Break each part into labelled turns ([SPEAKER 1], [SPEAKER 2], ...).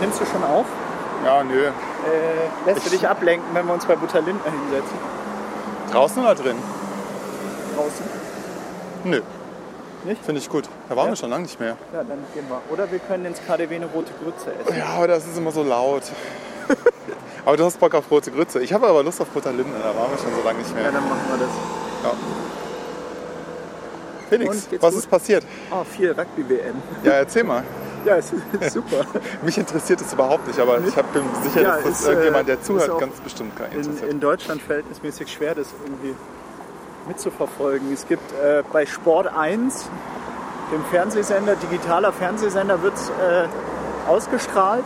[SPEAKER 1] Nimmst du schon auf?
[SPEAKER 2] Ja, nö.
[SPEAKER 1] Äh, lässt du dich ablenken, wenn wir uns bei Butterlinden hinsetzen?
[SPEAKER 2] Draußen oder drin?
[SPEAKER 1] Draußen?
[SPEAKER 2] Nö.
[SPEAKER 1] Nicht?
[SPEAKER 2] Finde ich gut. Da waren
[SPEAKER 1] Ja.
[SPEAKER 2] wir schon lange nicht mehr.
[SPEAKER 1] Ja, dann gehen wir. Oder wir können ins KDW eine rote Grütze essen.
[SPEAKER 2] Ja, aber das ist immer so laut. aber du hast Bock auf rote Grütze. Ich habe aber Lust auf Butterlinde. Da waren wir schon so lange nicht mehr.
[SPEAKER 1] dann machen wir das.
[SPEAKER 2] Felix,
[SPEAKER 1] Und, geht's
[SPEAKER 2] was
[SPEAKER 1] gut?
[SPEAKER 2] ist passiert?
[SPEAKER 1] Oh, viel Rugby-WM.
[SPEAKER 2] Ja, erzähl mal.
[SPEAKER 1] Ja, es ist super.
[SPEAKER 2] Mich interessiert es überhaupt nicht, aber ich hab- bin sicher,
[SPEAKER 1] Ja,
[SPEAKER 2] dass das
[SPEAKER 1] ist, äh,
[SPEAKER 2] irgendjemand, der
[SPEAKER 1] ist
[SPEAKER 2] zuhört,
[SPEAKER 1] auch
[SPEAKER 2] ganz bestimmt gar
[SPEAKER 1] In,
[SPEAKER 2] interessiert.
[SPEAKER 1] in Deutschland verhältnismäßig schwer, das irgendwie mitzuverfolgen. Es gibt äh, bei Sport 1, dem Fernsehsender, digitaler Fernsehsender, wird äh, ausgestrahlt.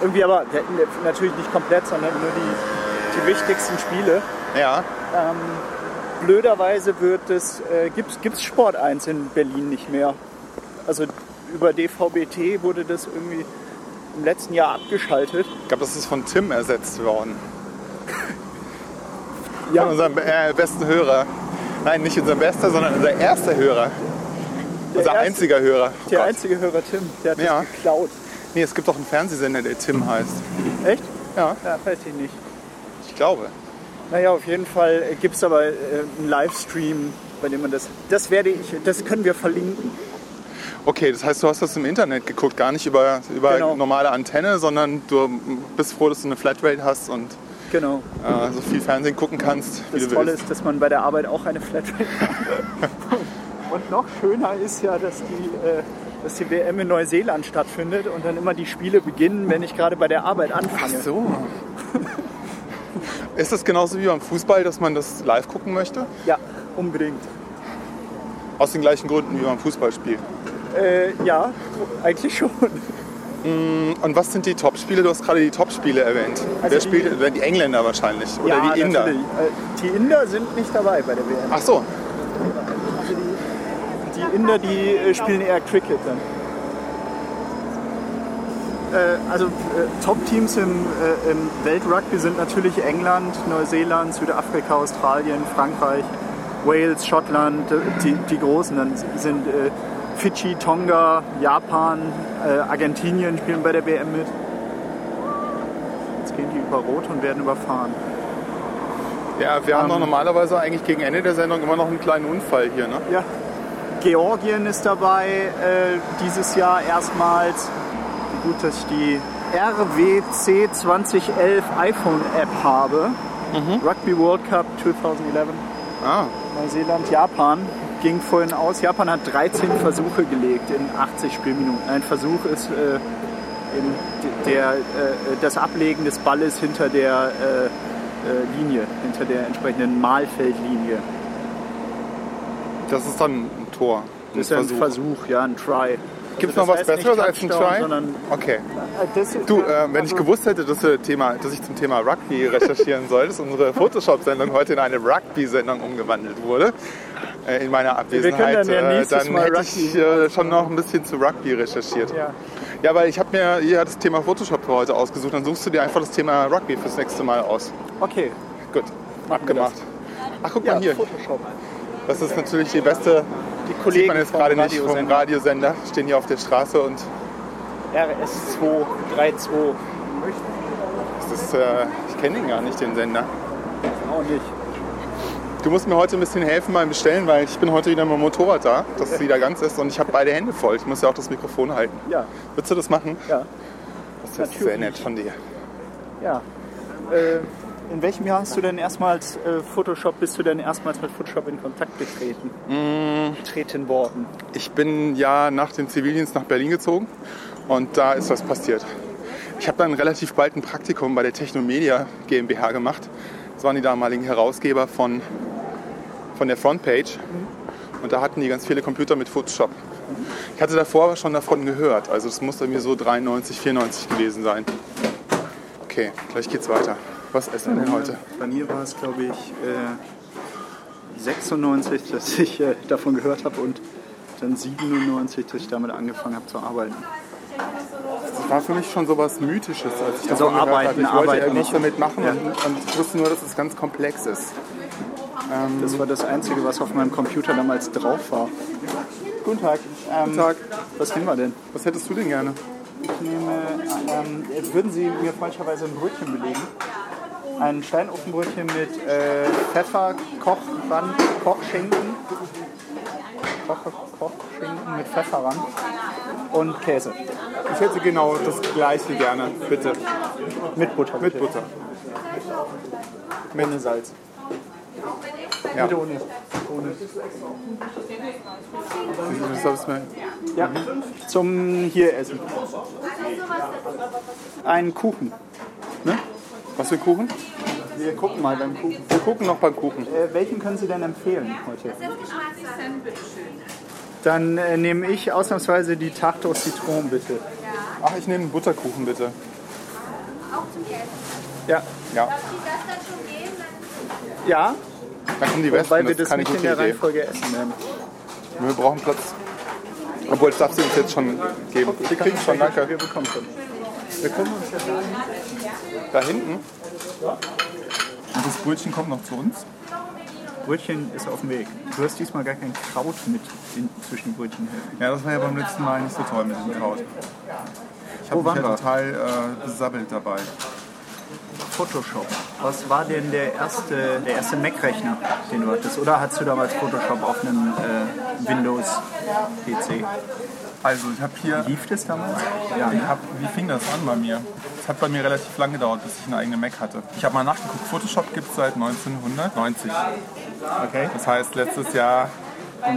[SPEAKER 1] Irgendwie aber der- natürlich nicht komplett, sondern nur die, die wichtigsten Spiele.
[SPEAKER 2] ja,
[SPEAKER 1] Blöderweise wird es, äh, gibt's, gibt's Sport 1 in Berlin nicht mehr. Also über DVB-T wurde das irgendwie im letzten Jahr abgeschaltet.
[SPEAKER 2] ich glaube, das ist von Tim ersetzt worden. Von
[SPEAKER 1] Ja,
[SPEAKER 2] unserem äh, besten Hörer. Nein, nicht unser bester, sondern unser erster Hörer. unser
[SPEAKER 1] erste-
[SPEAKER 2] einziger Hörer. Oh
[SPEAKER 1] der
[SPEAKER 2] Gott.
[SPEAKER 1] einzige Hörer Tim, der hat
[SPEAKER 2] Ja.
[SPEAKER 1] das geklaut.
[SPEAKER 2] Nee, es gibt auch einen Fernsehsender, der Tim heißt.
[SPEAKER 1] Echt?
[SPEAKER 2] Ja,
[SPEAKER 1] Ja, weiß ich nicht.
[SPEAKER 2] ich glaube.
[SPEAKER 1] Naja, auf jeden Fall gibt es aber äh, einen Livestream, bei dem man das. Das werde ich, das können wir verlinken.
[SPEAKER 2] Okay, das heißt, du hast das im Internet geguckt, gar nicht über, über
[SPEAKER 1] Genau.
[SPEAKER 2] normale Antenne, sondern du bist froh, dass du eine Flatrate hast und
[SPEAKER 1] Genau.
[SPEAKER 2] äh, so viel Fernsehen gucken kannst, wie
[SPEAKER 1] Das
[SPEAKER 2] du
[SPEAKER 1] Tolle
[SPEAKER 2] willst.
[SPEAKER 1] ist, dass man bei der Arbeit auch eine Flatrate hat. Und noch schöner ist ja, dass die, äh, dass die WM in Neuseeland stattfindet und dann immer die Spiele beginnen, wenn ich gerade bei der Arbeit
[SPEAKER 2] Ach
[SPEAKER 1] anfange.
[SPEAKER 2] so. Ist das genauso wie beim Fußball, dass man das live gucken möchte?
[SPEAKER 1] Ja, unbedingt.
[SPEAKER 2] Aus den gleichen Gründen wie beim Fußballspiel.
[SPEAKER 1] Äh, ja, eigentlich schon.
[SPEAKER 2] Und was sind die Topspiele? Du hast gerade die Topspiele erwähnt. Wer
[SPEAKER 1] Also die-
[SPEAKER 2] spielt? Die, die Engländer wahrscheinlich. Oder
[SPEAKER 1] ja,
[SPEAKER 2] die Inder.
[SPEAKER 1] natürlich. Äh, die Inder sind nicht dabei bei der WM.
[SPEAKER 2] Ach so.
[SPEAKER 1] Die Inder, die äh, spielen eher Cricket dann. Äh, Also äh, Top-Teams im, äh, im Weltrugby sind natürlich England, Neuseeland, Südafrika, Australien, Frankreich, Wales, Schottland. äh, Die, die großen dann sind äh, Fidschi, Tonga, Japan, äh, Argentinien spielen bei der WM mit. Jetzt gehen die über Rot und werden überfahren.
[SPEAKER 2] Ja, wir
[SPEAKER 1] Ähm.
[SPEAKER 2] haben doch normalerweise eigentlich gegen Ende der Sendung immer noch einen kleinen Unfall hier, ne?
[SPEAKER 1] Ja. Georgien ist dabei äh, dieses Jahr erstmals. Wie gut, dass ich die RWC 2011 iPhone-App habe. Rugby World Cup 2011.
[SPEAKER 2] Ah,
[SPEAKER 1] Neuseeland, Japan ging vorhin aus. Japan hat 13 Versuche gelegt in 80 Spielminuten. Ein Versuch ist äh, eben d- der, äh, das Ablegen des Balles hinter der äh, äh, Linie, hinter der entsprechenden Mahlfeldlinie.
[SPEAKER 2] das ist dann ein Tor.
[SPEAKER 1] Das ist ja ein Versuch, ja, ein Try.
[SPEAKER 2] Gibt es
[SPEAKER 1] Also
[SPEAKER 2] noch was
[SPEAKER 1] das heißt nicht
[SPEAKER 2] Besseres als ein
[SPEAKER 1] Touchdown,
[SPEAKER 2] Try?
[SPEAKER 1] sondern-
[SPEAKER 2] Okay.
[SPEAKER 1] Äh, das-
[SPEAKER 2] Du,
[SPEAKER 1] ja,
[SPEAKER 2] äh, wenn ich
[SPEAKER 1] also-
[SPEAKER 2] gewusst hätte, dass, wir Thema, dass ich zum Thema Rugby recherchieren soll, dass unsere Photoshop-Sendung heute in eine Rugby-Sendung umgewandelt wurde, äh, in meiner Abwesenheit,
[SPEAKER 1] dann ja
[SPEAKER 2] äh,
[SPEAKER 1] nächstes
[SPEAKER 2] dann
[SPEAKER 1] Mal
[SPEAKER 2] hätte ich
[SPEAKER 1] Rugby.
[SPEAKER 2] äh, schon noch ein bisschen zu Rugby recherchiert.
[SPEAKER 1] Ja.
[SPEAKER 2] Ja, weil ich habe mir ja das Thema Photoshop für heute ausgesucht. Dann suchst du dir einfach das Thema Rugby fürs nächste Mal aus.
[SPEAKER 1] Okay.
[SPEAKER 2] Gut, abgemacht. Ach, guck mal hier.
[SPEAKER 1] Photoshop.
[SPEAKER 2] Das ist natürlich die beste.
[SPEAKER 1] Die
[SPEAKER 2] Sieht
[SPEAKER 1] Kollegen
[SPEAKER 2] man jetzt
[SPEAKER 1] vom
[SPEAKER 2] gerade nicht vom
[SPEAKER 1] Radiosender.
[SPEAKER 2] Radiosender. Stehen hier auf der Straße und
[SPEAKER 1] RS232.
[SPEAKER 2] das ist, äh, ich kenne den gar nicht, den Sender.
[SPEAKER 1] Auch nicht.
[SPEAKER 2] Du musst mir heute ein bisschen helfen beim Bestellen, weil ich bin heute wieder mit dem Motorrad da, dass es wieder ganz ist und ich habe beide Hände voll. Ich muss ja auch das Mikrofon halten.
[SPEAKER 1] Ja,
[SPEAKER 2] Willst du das machen?
[SPEAKER 1] ja,
[SPEAKER 2] Das ist sehr
[SPEAKER 1] Natürlich.
[SPEAKER 2] nett von dir.
[SPEAKER 1] ja. Äh, in welchem Jahr hast du denn erstmals äh, Photoshop, bist du denn erstmals mit Photoshop in Kontakt getreten?
[SPEAKER 2] Mhm.
[SPEAKER 1] Treten worden.
[SPEAKER 2] Ich bin ja nach dem Zivildienst nach Berlin gezogen und da ist was passiert. Ich habe dann relativ bald ein Praktikum bei der Technomedia GmbH gemacht. Das waren die damaligen Herausgeber von, von der Frontpage. Und da hatten die ganz viele Computer mit Photoshop. Ich hatte davor aber schon davon gehört. Also das muss irgendwie so 93, 94 gewesen sein. Okay, gleich geht's weiter. Was essen wir denn heute?
[SPEAKER 1] Bei mir war es, glaube ich, äh, 96, dass ich äh, davon gehört habe und dann 97, dass ich damit angefangen habe zu arbeiten.
[SPEAKER 2] Das war für mich schon so was Mythisches, als ich
[SPEAKER 1] Also
[SPEAKER 2] davon gehört
[SPEAKER 1] arbeiten,
[SPEAKER 2] habe. Ich wollte
[SPEAKER 1] arbeiten
[SPEAKER 2] irgendwas
[SPEAKER 1] nicht.
[SPEAKER 2] damit machen
[SPEAKER 1] Ja.
[SPEAKER 2] und, und ich wusste nur, dass es ganz komplex ist.
[SPEAKER 1] Das war das Einzige, was auf meinem Computer damals drauf war. Guten Tag. Ähm,
[SPEAKER 2] Tag.
[SPEAKER 1] Was nehmen wir denn?
[SPEAKER 2] Was hättest du denn gerne?
[SPEAKER 1] Ich nehme, ähm, würden Sie mir freundlicherweise ein Brötchen belegen? Ein Steinofenbrötchen mit äh, Pfeffer, Kochrand, Kochschinken. Koch, Kochschinken mit Pfefferrand und Käse.
[SPEAKER 3] Ich hätte genau das gleiche gerne, bitte.
[SPEAKER 1] Mit Butter.
[SPEAKER 3] Mit
[SPEAKER 1] bitte.
[SPEAKER 3] Butter.
[SPEAKER 1] Ohne Salz.
[SPEAKER 4] Ja.
[SPEAKER 1] Bitte ohne. ohne.
[SPEAKER 4] Das ist mir-
[SPEAKER 1] Ja, zum hier essen. Ein Kuchen.
[SPEAKER 4] Was für ein Kuchen?
[SPEAKER 1] Wir gucken mal beim Kuchen.
[SPEAKER 4] Wir gucken noch beim Kuchen.
[SPEAKER 1] Äh, welchen können Sie denn empfehlen heute? Dann äh, nehme ich ausnahmsweise die Tarte au Citron, bitte.
[SPEAKER 4] Ach, ich nehme einen Butterkuchen bitte.
[SPEAKER 5] Auch zum Essen.
[SPEAKER 1] Ja.
[SPEAKER 4] Ja,
[SPEAKER 5] Darf die das dann schon geben?
[SPEAKER 1] Ja,
[SPEAKER 4] dann kommen die Wespen.
[SPEAKER 1] weil wir
[SPEAKER 4] das ist
[SPEAKER 1] das
[SPEAKER 4] keine
[SPEAKER 1] nicht in
[SPEAKER 4] gute
[SPEAKER 1] der
[SPEAKER 4] Idee.
[SPEAKER 1] Reihenfolge essen werden.
[SPEAKER 4] Wir brauchen Platz. Obwohl, das darf sie uns jetzt schon geben. Wir kriegen schon,
[SPEAKER 1] Wir
[SPEAKER 4] danke.
[SPEAKER 1] bekommen schon.
[SPEAKER 4] Wir können uns ja da hinten. Und das Brötchen kommt noch zu uns.
[SPEAKER 1] Brötchen ist auf dem Weg. Du hast diesmal gar kein Kraut mit in, zwischen Brötchenhälften.
[SPEAKER 2] Ja, das war ja beim letzten Mal nicht so toll mit dem Kraut.
[SPEAKER 1] Wo
[SPEAKER 2] Ich habe mich
[SPEAKER 1] waren
[SPEAKER 2] ja
[SPEAKER 1] wir?
[SPEAKER 2] total äh, besabbelt dabei.
[SPEAKER 1] Photoshop. Was war denn der erste, der erste Mac-Rechner, den du hattest? Oder hattest du damals Photoshop auf einem äh, Windows-PC?
[SPEAKER 2] Also ich habe hier,
[SPEAKER 1] Lief das damals?
[SPEAKER 2] ich hab, wie fing das an bei mir? Es hat bei mir relativ lang gedauert, bis ich einen eigenen Mac hatte. Ich habe mal nachgeguckt, Photoshop gibt es seit 1990.
[SPEAKER 1] Okay.
[SPEAKER 2] Das heißt, letztes Jahr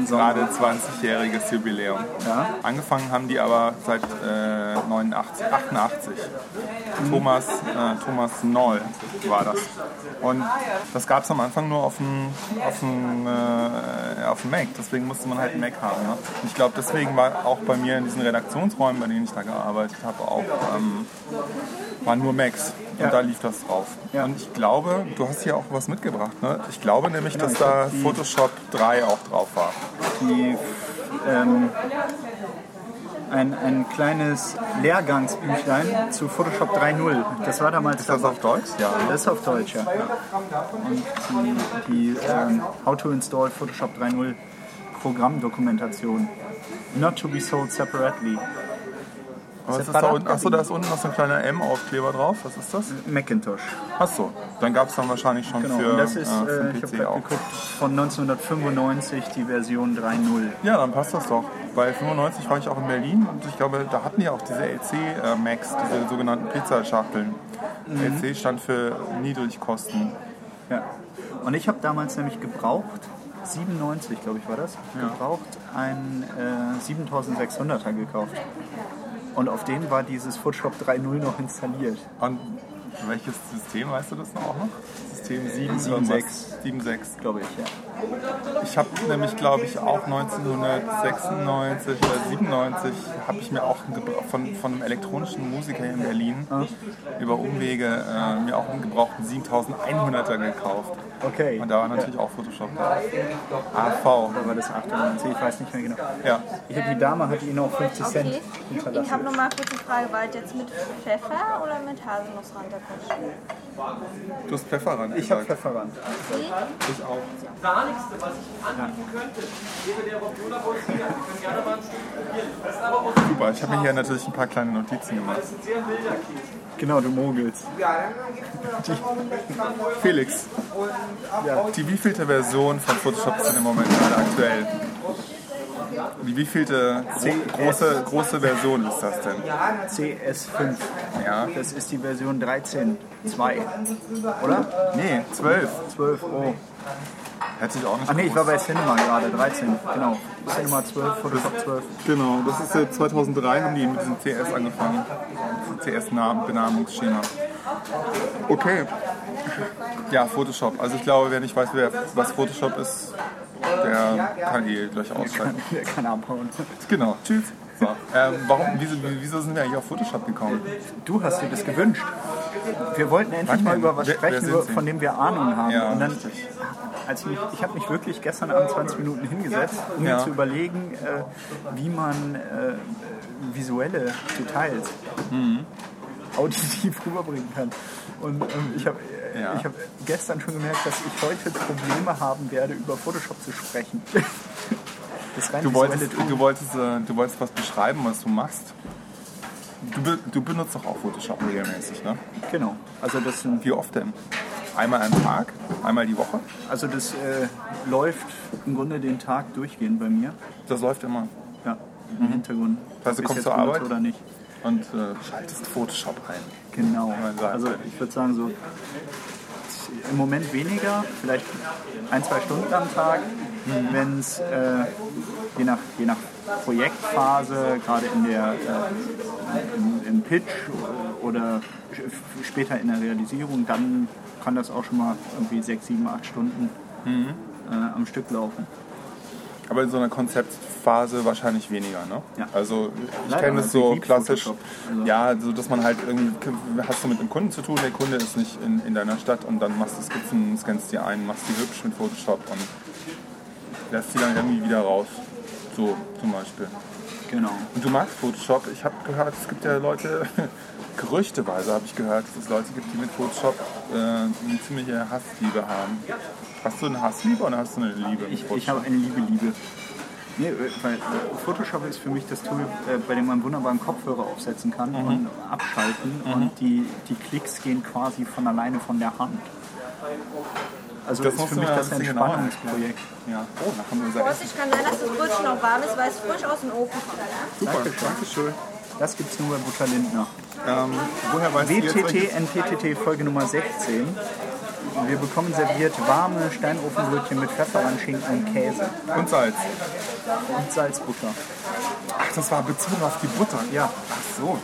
[SPEAKER 2] gerade 20-jähriges Jubiläum.
[SPEAKER 1] Ja.
[SPEAKER 2] Angefangen haben die aber seit äh, 89, 88. Thomas, äh, Thomas Noll war das. Und das gab es am Anfang nur auf dem, auf, dem, äh, auf dem Mac. Deswegen musste man halt einen Mac haben. Ne? Und ich glaube, deswegen war auch bei mir in diesen Redaktionsräumen, bei denen ich da gearbeitet habe, auch ähm, waren nur Macs. Und
[SPEAKER 1] Ja.
[SPEAKER 2] da lief das drauf.
[SPEAKER 1] Ja.
[SPEAKER 2] Und ich glaube, du hast hier auch was mitgebracht. Ne? Ich glaube nämlich, dass da Photoshop 3 auch drauf war.
[SPEAKER 1] die, ähm, ein, ein kleines Lehrgangsbüchlein zu Photoshop 3.0. Das war damals
[SPEAKER 2] Ist das auf Deutsch? Ja. ne?
[SPEAKER 1] Das ist auf Deutsch, ja. Und die, die ähm, How to Install Photoshop 3.0 Programmdokumentation. Not to be sold separately.
[SPEAKER 2] Was ist da
[SPEAKER 1] Separat
[SPEAKER 2] unten? Achso, da ist unten noch so ein kleiner M-Aufkleber drauf. Was ist das?
[SPEAKER 1] Macintosh.
[SPEAKER 2] Achso, dann gab es dann wahrscheinlich schon
[SPEAKER 1] Genau.
[SPEAKER 2] für
[SPEAKER 1] Und das ist,
[SPEAKER 2] äh, für
[SPEAKER 1] äh,
[SPEAKER 2] den
[SPEAKER 1] ich habe
[SPEAKER 2] PC auch.
[SPEAKER 1] gerade geguckt, von 1995 die Version 3.0.
[SPEAKER 2] Ja, dann passt das doch. Bei 95 war ich auch in Berlin und ich glaube, da hatten die auch diese LC-Max, diese sogenannten Pizzaschachteln.
[SPEAKER 1] Mhm.
[SPEAKER 2] LC stand für Niedrigkosten.
[SPEAKER 1] Ja. Und ich habe damals nämlich gebraucht, 97 glaube ich war das, gebraucht einen äh, 7600er gekauft. Und auf den war dieses Photoshop 3.0 noch installiert.
[SPEAKER 2] Und welches System, weißt du das noch auch noch? System
[SPEAKER 1] Sieben,
[SPEAKER 2] 7, 7
[SPEAKER 1] sechs.
[SPEAKER 2] 7, 6.
[SPEAKER 1] Glaube ich, ja.
[SPEAKER 2] Ich habe nämlich, glaube ich, auch 1996 oder 97 habe ich mir auch ein Gebra- von, von einem elektronischen Musiker hier in Berlin über Umwege äh, mir auch einen gebrauchten 7100er gekauft.
[SPEAKER 1] Okay.
[SPEAKER 2] Und da war natürlich auch Photoshop drauf. AV.
[SPEAKER 1] Da war das 98, ich weiß nicht mehr genau.
[SPEAKER 2] Ja.
[SPEAKER 1] Ich glaub, die Dame hat Ihnen auch 50 Cent
[SPEAKER 5] Okay. Ich habe
[SPEAKER 1] hinterlassen.
[SPEAKER 5] nochmal kurz eine Frage. War das jetzt mit Pfeffer oder mit Haselnussrand der Kuchen?
[SPEAKER 2] Du hast Pfeffer ran.
[SPEAKER 1] Ich habe Pfefferrand.
[SPEAKER 2] ich auch.
[SPEAKER 6] Sahligste, was ich Ihnen anbieten könnte, wäre der Rob Jola Boys hier. Wir können gerne mal ein Stück probieren. Das ist aber auch
[SPEAKER 2] Super. Ich habe mir hier natürlich ein paar kleine Notizen gemacht.
[SPEAKER 6] ein sehr milder Käse.
[SPEAKER 1] Genau, du mogelst.
[SPEAKER 2] Felix, die wievielte Version von Photoshop ist denn im Moment gerade aktuell? Die wievielte gro große, große Version ist das denn?
[SPEAKER 1] CS5.
[SPEAKER 2] Ja.
[SPEAKER 1] Das ist die Version 13.2. Oder?
[SPEAKER 2] Nee, 12.
[SPEAKER 1] 12, oh.
[SPEAKER 2] Hätte ich auch nicht
[SPEAKER 1] Ah nee, ich war
[SPEAKER 2] gewusst.
[SPEAKER 1] bei Cinema gerade, 13, genau. Cinema 12, Photoshop 12.
[SPEAKER 2] Genau, das ist äh, 2003 haben die mit diesem CS angefangen. CS-Benamungsschema. Okay. Ja, Photoshop. Also ich glaube, wer nicht weiß, wer, was Photoshop ist, der kann eh gleich ausschalten.
[SPEAKER 1] Der kann abhauen.
[SPEAKER 2] Genau. Tschüss. So. Ähm, warum, wieso, wieso sind wir eigentlich auf Photoshop gekommen?
[SPEAKER 1] Du hast dir das gewünscht. Wir wollten endlich
[SPEAKER 2] Wann
[SPEAKER 1] mal
[SPEAKER 2] denn?
[SPEAKER 1] über was
[SPEAKER 2] Wer- wer
[SPEAKER 1] sprechen,
[SPEAKER 2] sind
[SPEAKER 1] über,
[SPEAKER 2] Sie?
[SPEAKER 1] von dem wir Ahnung haben.
[SPEAKER 2] Ja,
[SPEAKER 1] Und dann,
[SPEAKER 2] richtig.
[SPEAKER 1] als ich mich, ich habe mich wirklich gestern Abend 20 Minuten hingesetzt, um mir
[SPEAKER 2] Ja.
[SPEAKER 1] zu überlegen, äh, wie man äh, visuelle Details
[SPEAKER 2] Mhm.
[SPEAKER 1] auditiv rüberbringen kann. Und ähm, ich habe äh,
[SPEAKER 2] Ja.
[SPEAKER 1] ich hab gestern schon gemerkt, dass ich heute Probleme haben werde, über Photoshop zu sprechen. Das rein
[SPEAKER 2] Du
[SPEAKER 1] visuelle
[SPEAKER 2] wolltest,
[SPEAKER 1] Tool.
[SPEAKER 2] du, wolltest, äh, du wolltest was beschreiben, was du machst. Du, be du benutzt doch auch Photoshop regelmäßig, ne?
[SPEAKER 1] Genau. Also das,
[SPEAKER 2] Wie oft denn? Einmal am Tag? Einmal die Woche?
[SPEAKER 1] also das äh, läuft im Grunde den Tag durchgehend bei mir.
[SPEAKER 2] Das läuft immer.
[SPEAKER 1] Ja, im Hintergrund.
[SPEAKER 2] Also
[SPEAKER 1] Ob ich's jetzt
[SPEAKER 2] kommst zur
[SPEAKER 1] benutze
[SPEAKER 2] Arbeit?
[SPEAKER 1] oder nicht.
[SPEAKER 2] Und äh, schaltest Photoshop rein.
[SPEAKER 1] Genau.
[SPEAKER 2] man sagen.
[SPEAKER 1] Also ich würde sagen so im Moment weniger, vielleicht ein, zwei Stunden am Tag,
[SPEAKER 2] Mhm.
[SPEAKER 1] wenn es äh, je, nach, je nach Projektphase, gerade in der äh, im, im Pitch oder sch- später in der Realisierung, dann kann das auch schon mal irgendwie sechs, sieben, acht Stunden
[SPEAKER 2] Mhm.
[SPEAKER 1] äh, am Stück laufen.
[SPEAKER 2] Aber in so einer Konzeptphase wahrscheinlich weniger, ne?
[SPEAKER 1] Ja.
[SPEAKER 2] Also ich
[SPEAKER 1] Leider,
[SPEAKER 2] kenne
[SPEAKER 1] also
[SPEAKER 2] das
[SPEAKER 1] ich
[SPEAKER 2] so
[SPEAKER 1] lieb
[SPEAKER 2] klassisch.
[SPEAKER 1] Photoshop. Also-
[SPEAKER 2] Ja, also dass man halt irgendwie, hast du mit einem Kunden zu tun, der Kunde ist nicht in, in deiner Stadt und dann machst du Skizzen, scannst die ein, machst die hübsch mit Photoshop und lässt die dann irgendwie wieder raus. So zum Beispiel.
[SPEAKER 1] Genau.
[SPEAKER 2] Und du magst Photoshop. Ich habe gehört, es gibt ja Leute, gerüchteweise habe ich gehört, dass es Leute gibt, die mit Photoshop äh, eine ziemliche Hassliebe haben. Hast du eine Hassliebe oder hast du eine Liebe? mit
[SPEAKER 1] Ich,
[SPEAKER 2] Photoshop?
[SPEAKER 1] ich habe eine liebe Liebe. Nee, weil äh, Photoshop ist für mich das Tool, äh, bei dem man wunderbar einen Kopfhörer aufsetzen kann
[SPEAKER 2] Mhm.
[SPEAKER 1] und abschalten und die, die Klicks gehen quasi von alleine von der Hand. Also das
[SPEAKER 2] Das
[SPEAKER 1] ist
[SPEAKER 2] musst
[SPEAKER 1] für
[SPEAKER 2] du
[SPEAKER 1] mich
[SPEAKER 2] mir
[SPEAKER 1] das
[SPEAKER 2] ein bisschen genauer
[SPEAKER 1] Entspannungsprojekt.
[SPEAKER 2] Ja. Oh, da haben wir unser Essen.
[SPEAKER 5] Vorsicht, kann sein, dass das Brötchen noch warm ist, weil es frisch aus dem Ofen kommt. ne? Ja?
[SPEAKER 2] Super, Dankeschön.
[SPEAKER 1] Das gibt's nur bei Butcher Lindner.
[SPEAKER 2] Ähm, woher weißt du jetzt
[SPEAKER 1] WTT
[SPEAKER 2] solche-
[SPEAKER 1] NTTT Folge Nummer 16. Wir bekommen serviert warme Steinofenbrötchen mit Pfefferanschinken und Käse
[SPEAKER 2] Und Salz.
[SPEAKER 1] und Salzbutter.
[SPEAKER 2] Ach, das war bezogen auf die Butter.
[SPEAKER 1] Ja.
[SPEAKER 2] Ach so.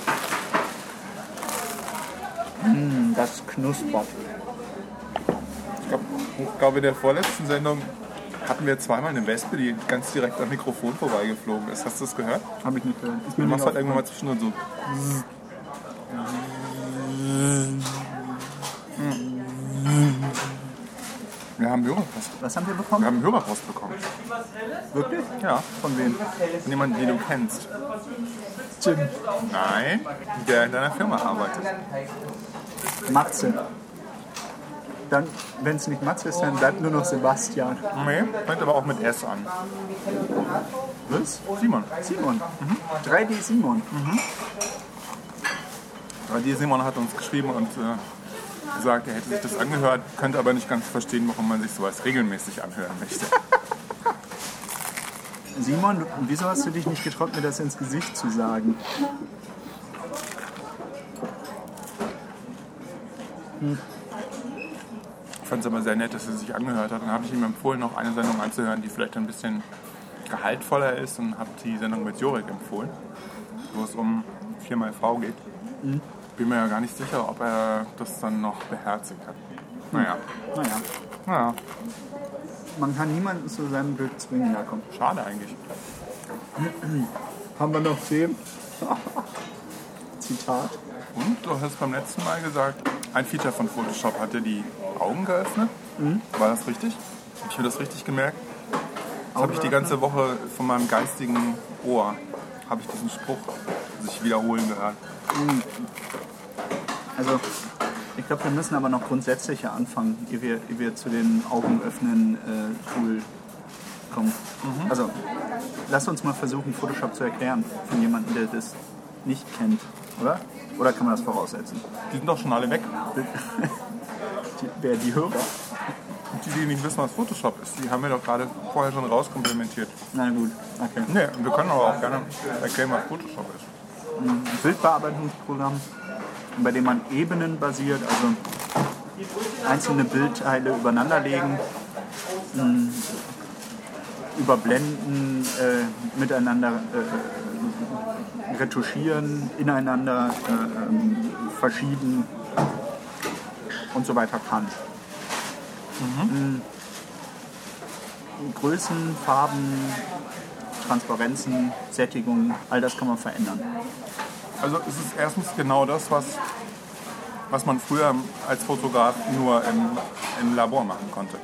[SPEAKER 1] Hm, Das knuspert.
[SPEAKER 2] Ich glaube, glaub, in der vorletzten Sendung hatten wir zweimal eine Wespe, die ganz direkt am Mikrofon vorbeigeflogen ist. Hast du das gehört?
[SPEAKER 1] Habe ich nicht gehört. Ist
[SPEAKER 2] Du
[SPEAKER 1] mir
[SPEAKER 2] machst
[SPEAKER 1] nicht
[SPEAKER 2] halt irgendwann mal zwischendurch so. Hm. Wir haben einen Hörerpost.
[SPEAKER 1] aufgefallen. Was haben wir
[SPEAKER 2] Wir
[SPEAKER 1] bekommen?
[SPEAKER 2] haben einen Hörerpost bekommen.
[SPEAKER 1] Wirklich?
[SPEAKER 2] Ja.
[SPEAKER 1] Von wem?
[SPEAKER 2] Von jemandem, den du kennst.
[SPEAKER 1] Jim.
[SPEAKER 2] Nein, der in deiner Firma arbeitet.
[SPEAKER 1] Matze. Dann, wenn es nicht Matze ist, dann bleibt nur noch Sebastian.
[SPEAKER 2] Nee, fängt aber auch mit S an.
[SPEAKER 1] Was?
[SPEAKER 2] Simon.
[SPEAKER 1] Simon. 3D Simon. Mhm.
[SPEAKER 2] Aber die Simon hat uns geschrieben und äh, gesagt, er hätte sich das angehört, könnte aber nicht ganz verstehen, warum man sich sowas regelmäßig anhören möchte.
[SPEAKER 1] Simon, du- wieso hast du dich nicht getraut, mir das ins Gesicht zu sagen?
[SPEAKER 2] Ich fand es aber sehr nett, dass er sich angehört hat. Dann habe ich ihm empfohlen, noch eine Sendung anzuhören, die vielleicht ein bisschen gehaltvoller ist und habe die Sendung mit Jorik empfohlen, wo es um 4xV geht. Bin mir ja gar nicht sicher, ob er das dann noch beherzigt hat. Naja,
[SPEAKER 1] Naja,
[SPEAKER 2] naja
[SPEAKER 1] man kann niemanden zu seinem Glück zwingen, da kommt.
[SPEAKER 2] schade eigentlich.
[SPEAKER 1] Haben wir noch Themen? Zitat.
[SPEAKER 2] Und du hast beim letzten Mal gesagt, ein Feature von Photoshop hat dir die Augen geöffnet. War das richtig? Hab Ich habe das richtig gemerkt. Das habe ich die ganze Woche von meinem geistigen Ohr, habe ich diesen Spruch sich wiederholen gehört.
[SPEAKER 1] Also, ich glaube, wir müssen aber noch grundsätzlicher anfangen, ehe wir, ehe wir zu dem augenöffnen äh, Tool kommen. Also, lass uns mal versuchen, Photoshop zu erklären von jemandem, der das nicht kennt, oder? Oder kann man das voraussetzen?
[SPEAKER 2] Die sind doch schon alle weg.
[SPEAKER 1] Die, wer die Hörer?
[SPEAKER 2] Und die, die nicht wissen, was Photoshop ist, die haben wir doch gerade vorher schon rauskomplimentiert.
[SPEAKER 1] Na gut, okay.
[SPEAKER 2] Nee, und wir können aber auch gerne erklären, was Photoshop ist.
[SPEAKER 1] Ein Bildbearbeitungsprogramm, bei dem man Ebenen basiert, also einzelne Bildteile übereinanderlegen, ähm, überblenden, äh, miteinander äh, retuschieren, ineinander äh, ähm, verschieben und so weiter kann. Ähm, Größen, Farben, Transparenzen, Sättigung, all das kann man verändern.
[SPEAKER 2] Also es ist erstens genau das, was, was man früher als Fotograf nur im, im Labor machen konnte.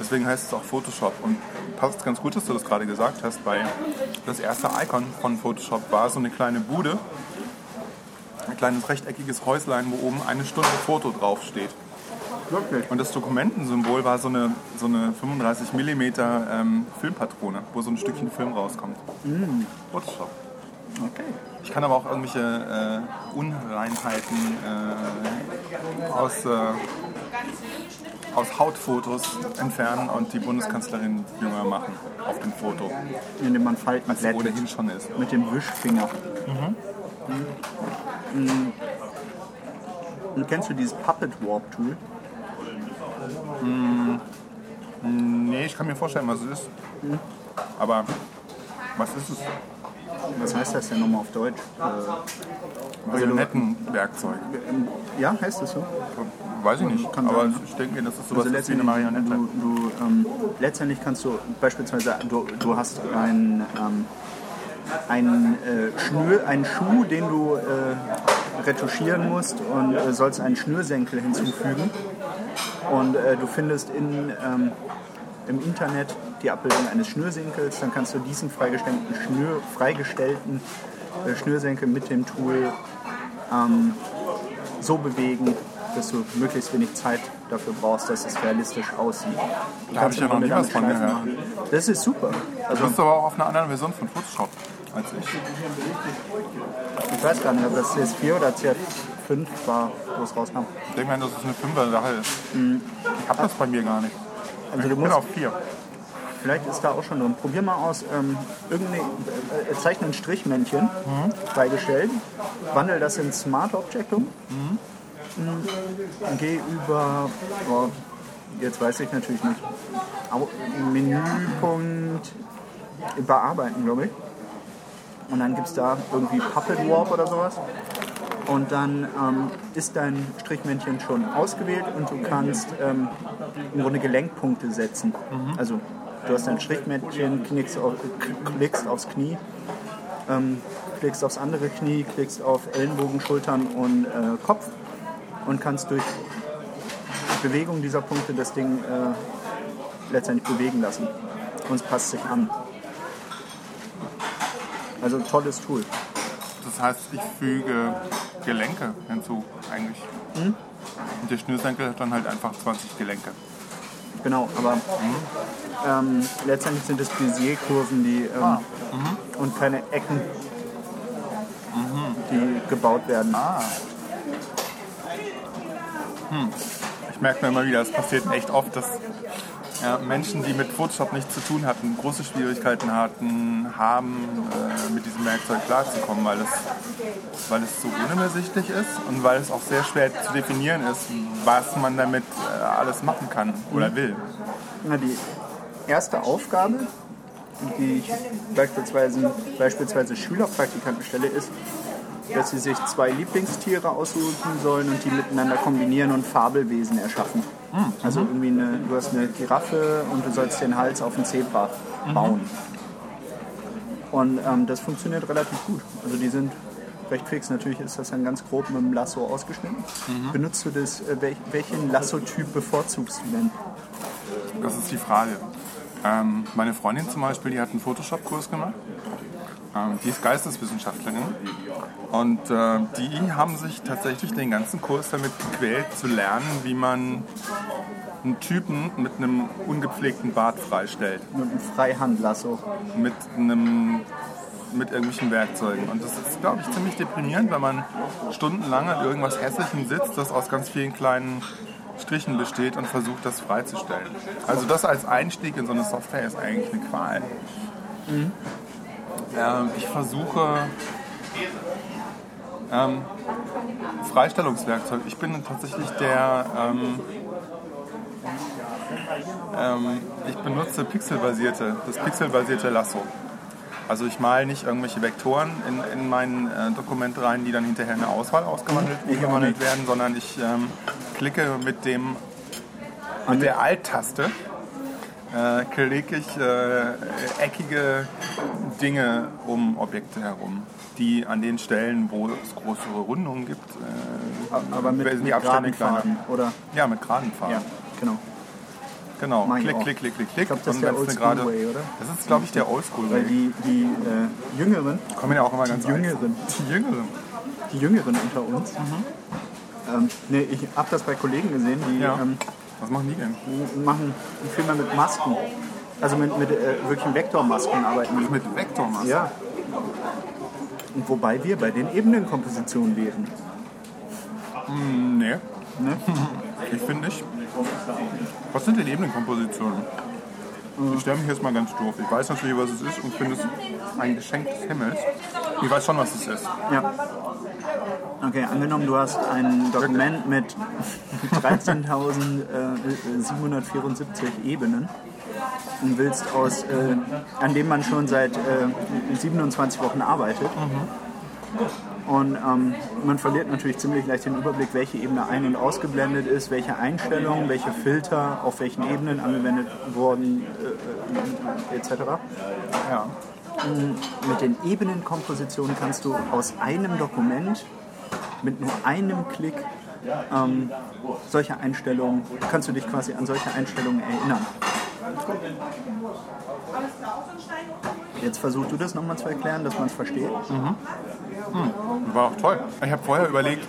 [SPEAKER 2] Deswegen heißt es auch Photoshop und passt ganz gut, dass du das gerade gesagt hast, weil das erste Icon von Photoshop war so eine kleine Bude, ein kleines rechteckiges Häuslein, wo oben eine Stunde Foto draufsteht.
[SPEAKER 1] Wirklich?
[SPEAKER 2] Und das Dokumentensymbol war so eine, so eine 35 mm ähm, Filmpatrone, wo so ein Stückchen Film rauskommt. Photoshop.
[SPEAKER 1] Okay.
[SPEAKER 2] Ich kann aber auch irgendwelche äh, Unreinheiten äh, aus, äh, aus Hautfotos entfernen und die Bundeskanzlerin jünger machen auf dem Foto,
[SPEAKER 1] indem man Falten
[SPEAKER 2] als sie
[SPEAKER 1] glättet
[SPEAKER 2] ohnehin schon ist.
[SPEAKER 1] mit dem Wischfinger. Mhm. Mhm. Und kennst du dieses Puppet Warp Tool?
[SPEAKER 2] Nee, ich kann mir vorstellen, was es ist.
[SPEAKER 1] Hm.
[SPEAKER 2] Aber was ist es?
[SPEAKER 1] Was heißt das denn nochmal auf Deutsch? Äh,
[SPEAKER 2] Also Marionettenwerkzeug.
[SPEAKER 1] ja, heißt das so?
[SPEAKER 2] Weiß ich nicht.
[SPEAKER 1] Kann
[SPEAKER 2] aber
[SPEAKER 1] sein,
[SPEAKER 2] ich denke mir, das ist sowas
[SPEAKER 1] also
[SPEAKER 2] ist wie eine
[SPEAKER 1] letztendlich,
[SPEAKER 2] Marionette.
[SPEAKER 1] Du, du, ähm, letztendlich kannst du beispielsweise, du, du hast einen, ähm, einen, äh, Schnür, einen Schuh, den du äh, retuschieren musst und äh, sollst einen Schnürsenkel hinzufügen. Und äh, du findest in, ähm, im Internet die Abbildung eines Schnürsenkels, dann kannst du diesen freigestellten, Schnür, freigestellten äh, Schnürsenkel mit dem Tool ähm, so bewegen, dass du möglichst wenig Zeit dafür brauchst, dass es realistisch aussieht. Du
[SPEAKER 2] Da
[SPEAKER 1] kannst
[SPEAKER 2] hab ich ja noch nie
[SPEAKER 1] damit
[SPEAKER 2] was von
[SPEAKER 1] Schleifen
[SPEAKER 2] gehört.
[SPEAKER 1] machen. Das ist super.
[SPEAKER 2] Du
[SPEAKER 1] Also
[SPEAKER 2] bist aber auch auf einer anderen Version von Photoshop als ich.
[SPEAKER 1] ich weiß gar nicht, ob das CS4 oder CS5 war, wo es rauskam.
[SPEAKER 2] Ich denke mal, das ist eine 5er Sache.
[SPEAKER 1] Hm.
[SPEAKER 2] Ich habe das bei mir gar nicht.
[SPEAKER 1] Also du
[SPEAKER 2] Ich bin
[SPEAKER 1] musst,
[SPEAKER 2] auf 4.
[SPEAKER 1] vielleicht ist da auch schon drin. Probier mal aus, ähm, irgendeine, äh, äh, zeichne ein Strichmännchen freigestellt, wandel das in Smart Object um, Mm, und geh über, boah, jetzt weiß ich natürlich nicht, Au- Menüpunkt bearbeiten, glaube ich. Und dann gibt es da irgendwie Puppet Warp oder sowas. Und dann ähm, ist dein Strichmännchen schon ausgewählt und du kannst ähm, im Grunde Gelenkpunkte setzen. Also du hast dein Strichmännchen, knickst auf, k- klickst aufs Knie, ähm, klickst aufs andere Knie, klickst auf Ellenbogen, Schultern und äh, Kopf und kannst durch Bewegung dieser Punkte das Ding äh, letztendlich bewegen lassen. Und es passt sich an. Also ein tolles Tool.
[SPEAKER 2] Das heißt, ich füge Gelenke hinzu, eigentlich. Hm? Und der Schnürsenkel hat dann halt einfach 20 Gelenke.
[SPEAKER 1] Genau, aber ähm, letztendlich sind es Bézier-Kurven, die ähm, und keine Ecken, die gebaut werden.
[SPEAKER 2] Ich merke mir immer wieder, es passiert echt oft, dass ja, Menschen, die mit Photoshop nichts zu tun hatten, große Schwierigkeiten hatten, haben, äh, mit diesem Werkzeug klarzukommen, weil es, weil es so unübersichtlich ist und weil es auch sehr schwer zu definieren ist, was man damit äh, alles machen kann oder will.
[SPEAKER 1] Na, die erste Aufgabe, die ich beispielsweise, beispielsweise Schülerpraktikanten stelle, ist, dass sie sich zwei Lieblingstiere aussuchen sollen und die miteinander kombinieren und Fabelwesen erschaffen. Also irgendwie eine, du hast eine Giraffe und du sollst den Hals auf ein Zebra bauen. Und ähm, das funktioniert relativ gut. Also die sind recht fix. Natürlich ist das dann ganz grob mit dem Lasso ausgeschnitten. Benutzt du das, äh, wel- welchen Lasso-Typ bevorzugst du denn?
[SPEAKER 2] Das ist die Frage. Ähm, meine Freundin zum Beispiel, die hat einen Photoshop-Kurs gemacht. Ähm, die ist Geisteswissenschaftlerin. Und äh, die haben sich tatsächlich den ganzen Kurs damit gequält, zu lernen, wie man einen Typen mit einem ungepflegten Bart freistellt.
[SPEAKER 1] Mit einem Freihandlasso.
[SPEAKER 2] Mit einem mit irgendwelchen Werkzeugen. Und das ist, glaube ich, ziemlich deprimierend, wenn man stundenlang an irgendwas Hässlichem sitzt, das aus ganz vielen kleinen Strichen besteht und versucht, das freizustellen. Also das als Einstieg in so eine Software ist eigentlich eine Qual. Ähm, ich versuche ähm, Freistellungswerkzeug. Ich bin tatsächlich der... Ähm, ähm, ich benutze pixelbasierte, das pixelbasierte Lasso. Also ich male nicht irgendwelche Vektoren in, in mein äh, Dokument rein, die dann hinterher in eine Auswahl ausgewandelt
[SPEAKER 1] Ich auch
[SPEAKER 2] gewandelt
[SPEAKER 1] nicht.
[SPEAKER 2] werden, sondern ich ähm, klicke mit dem mit der Alt-Taste äh, klicke ich äh, eckige Dinge um Objekte herum, die an den Stellen, wo es größere Rundungen gibt, äh,
[SPEAKER 1] Aber mit,
[SPEAKER 2] werden
[SPEAKER 1] mit
[SPEAKER 2] die Abstände
[SPEAKER 1] geraden
[SPEAKER 2] kleiner. Ah.
[SPEAKER 1] Farben, oder?
[SPEAKER 2] Ja, mit geraden Farben.
[SPEAKER 1] Ja, genau.
[SPEAKER 2] Genau,
[SPEAKER 1] Mach ich
[SPEAKER 2] klick,
[SPEAKER 1] auch.
[SPEAKER 2] klick, klick, klick, klick.
[SPEAKER 1] Ich glaub, das ist
[SPEAKER 2] Und
[SPEAKER 1] der
[SPEAKER 2] wenn's eine
[SPEAKER 1] Oldschool
[SPEAKER 2] gerade-
[SPEAKER 1] Way, oder?
[SPEAKER 2] Das ist, glaube ich, der Oldschool
[SPEAKER 1] Weil
[SPEAKER 2] Way.
[SPEAKER 1] die, die äh, Jüngeren,
[SPEAKER 2] Kommen ja auch immer ganz alt.
[SPEAKER 1] Jüngeren.
[SPEAKER 2] Die Jüngeren.
[SPEAKER 1] die Jüngeren unter uns,
[SPEAKER 2] Mhm.
[SPEAKER 1] ähm, nee, ich habe das bei Kollegen gesehen, die
[SPEAKER 2] Ja.
[SPEAKER 1] ähm,
[SPEAKER 2] Was machen die denn?
[SPEAKER 1] m- machen Filme mit Masken. Also mit, mit äh, wirklichen Vektormasken arbeiten.
[SPEAKER 2] Mit Vektormasken.
[SPEAKER 1] Ja. Und wobei wir bei den Ebenenkompositionen wären.
[SPEAKER 2] Nee. Ich finde nicht. Was sind denn Ebenenkompositionen? Ich stelle mich jetzt mal ganz doof. Ich weiß natürlich, was es ist und finde es ein Geschenk des Himmels. Ich weiß schon, was es ist.
[SPEAKER 1] Ja. Okay, angenommen, du hast ein Dokument mit 13.774 Ebenen und willst aus, äh, an dem man schon seit äh, 27 Wochen arbeitet. Und ähm, man verliert natürlich ziemlich leicht den Überblick, welche Ebene ein- und ausgeblendet ist, welche Einstellungen, welche Filter auf welchen Ebenen angewendet wurden, äh, äh, etc.
[SPEAKER 2] Ja.
[SPEAKER 1] Mit den Ebenenkompositionen kannst du aus einem Dokument mit nur einem Klick ähm, solche Einstellungen, kannst du dich quasi an solche Einstellungen erinnern. Jetzt versuch du das nochmal zu erklären, dass man es versteht.
[SPEAKER 2] War auch toll. Ich habe vorher überlegt,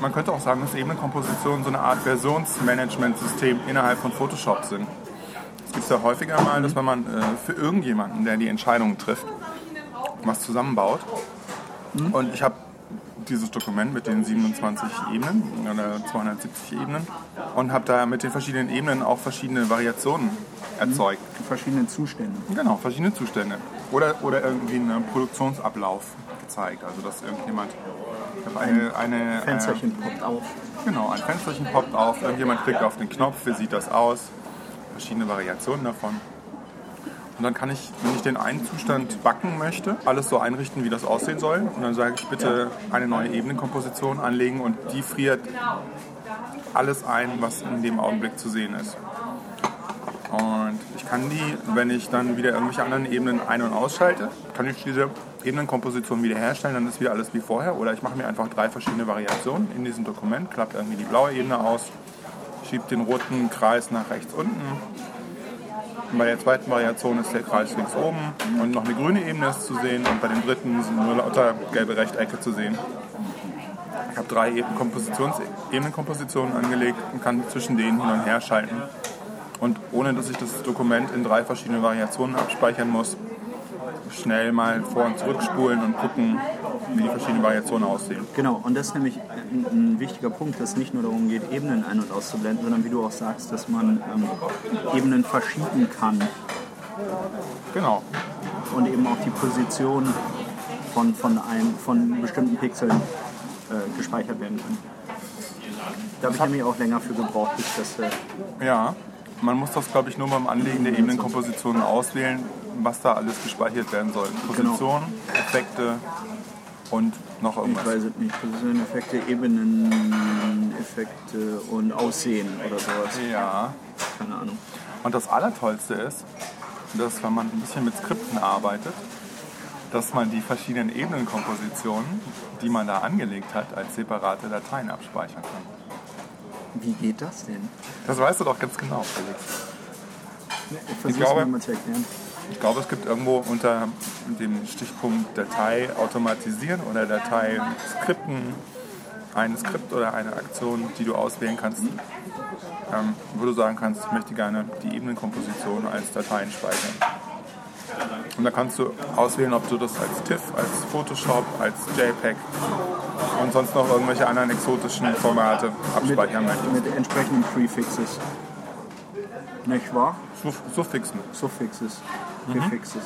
[SPEAKER 2] man könnte auch sagen, dass Ebenenkompositionen so eine Art Versionsmanagementsystem innerhalb von Photoshop sind. Es gibt ja häufiger mal, dass wenn man äh, für irgendjemanden, der die Entscheidungen trifft, was zusammenbaut. Und ich habe dieses Dokument mit den 27 Ebenen oder 270 Ebenen und habe da mit den verschiedenen Ebenen auch verschiedene Variationen erzeugt.
[SPEAKER 1] Verschiedene Zustände.
[SPEAKER 2] Genau, verschiedene Zustände. Oder, oder irgendwie einen Produktionsablauf gezeigt. Also, dass irgendjemand ich hab eine, eine,
[SPEAKER 1] Fensterchen poppt auf.
[SPEAKER 2] Äh, genau, ein Fensterchen poppt auf, irgendjemand klickt auf den Knopf, wie sieht das aus? Verschiedene Variationen davon. Und dann kann ich, wenn ich den einen Zustand backen möchte, alles so einrichten, wie das aussehen soll. Und dann sage ich bitte eine neue Ebenenkomposition anlegen und die friert alles ein, was in dem Augenblick zu sehen ist. Und ich kann die, wenn ich dann wieder irgendwelche anderen Ebenen ein- und ausschalte, kann ich diese Ebenenkomposition wieder herstellen, dann ist wieder alles wie vorher. Oder ich mache mir einfach drei verschiedene Variationen in diesem Dokument, klappt irgendwie die blaue Ebene aus, schiebt den roten Kreis nach rechts unten. Und bei der zweiten Variation ist der Kreis links oben und noch eine grüne Ebene ist zu sehen und bei dem dritten sind nur lauter gelbe Rechtecke zu sehen. Ich habe drei Eben- Kompositions- Ebenenkompositionen angelegt und kann zwischen denen hin und her schalten. Und ohne dass ich das Dokument in drei verschiedene Variationen abspeichern muss, schnell mal vor- und zurückspulen und gucken, wie die verschiedenen Variationen aussehen.
[SPEAKER 1] Genau, und das ist nämlich ein, ein wichtiger Punkt, dass es nicht nur darum geht, Ebenen ein- und auszublenden, sondern wie du auch sagst, dass man ähm, Ebenen verschieben kann
[SPEAKER 2] Genau.
[SPEAKER 1] und eben auch die Position von, von, einem, von bestimmten Pixeln äh, gespeichert werden können. Da habe ich nämlich auch länger für gebraucht, bis das. Äh,
[SPEAKER 2] Ja, man muss das, glaube ich, nur beim Anlegen der Ebenenkompositionen auswählen, was da alles gespeichert werden soll.
[SPEAKER 1] Genau.
[SPEAKER 2] Position, Effekte und noch
[SPEAKER 1] ich
[SPEAKER 2] irgendwas.
[SPEAKER 1] weiß es nicht, Position-Effekte, Ebenen-Effekte und Aussehen oder sowas.
[SPEAKER 2] Ja,
[SPEAKER 1] Keine Ahnung.
[SPEAKER 2] und das Allertollste ist, dass wenn man ein bisschen mit Skripten arbeitet, dass man die verschiedenen Ebenenkompositionen, die man da angelegt hat, als separate Dateien abspeichern kann.
[SPEAKER 1] Wie geht das denn?
[SPEAKER 2] Das weißt du doch ganz genau, Felix.
[SPEAKER 1] Ich versuche es
[SPEAKER 2] glaube-
[SPEAKER 1] mir mal zu erklären.
[SPEAKER 2] Ich glaube, es gibt irgendwo unter dem Stichpunkt Datei automatisieren oder Datei skripten ein Skript oder eine Aktion, die du auswählen kannst, ähm, wo du sagen kannst, ich möchte gerne die Ebenenkomposition als Dateien speichern. Und da kannst du auswählen, ob du das als TIFF, als Photoshop, als JPEG und sonst noch irgendwelche anderen exotischen Formate abspeichern möchtest.
[SPEAKER 1] Mit entsprechenden Prefixes. Nicht wahr?
[SPEAKER 2] Suff- Suffixen.
[SPEAKER 1] Suffixes, Präfixes.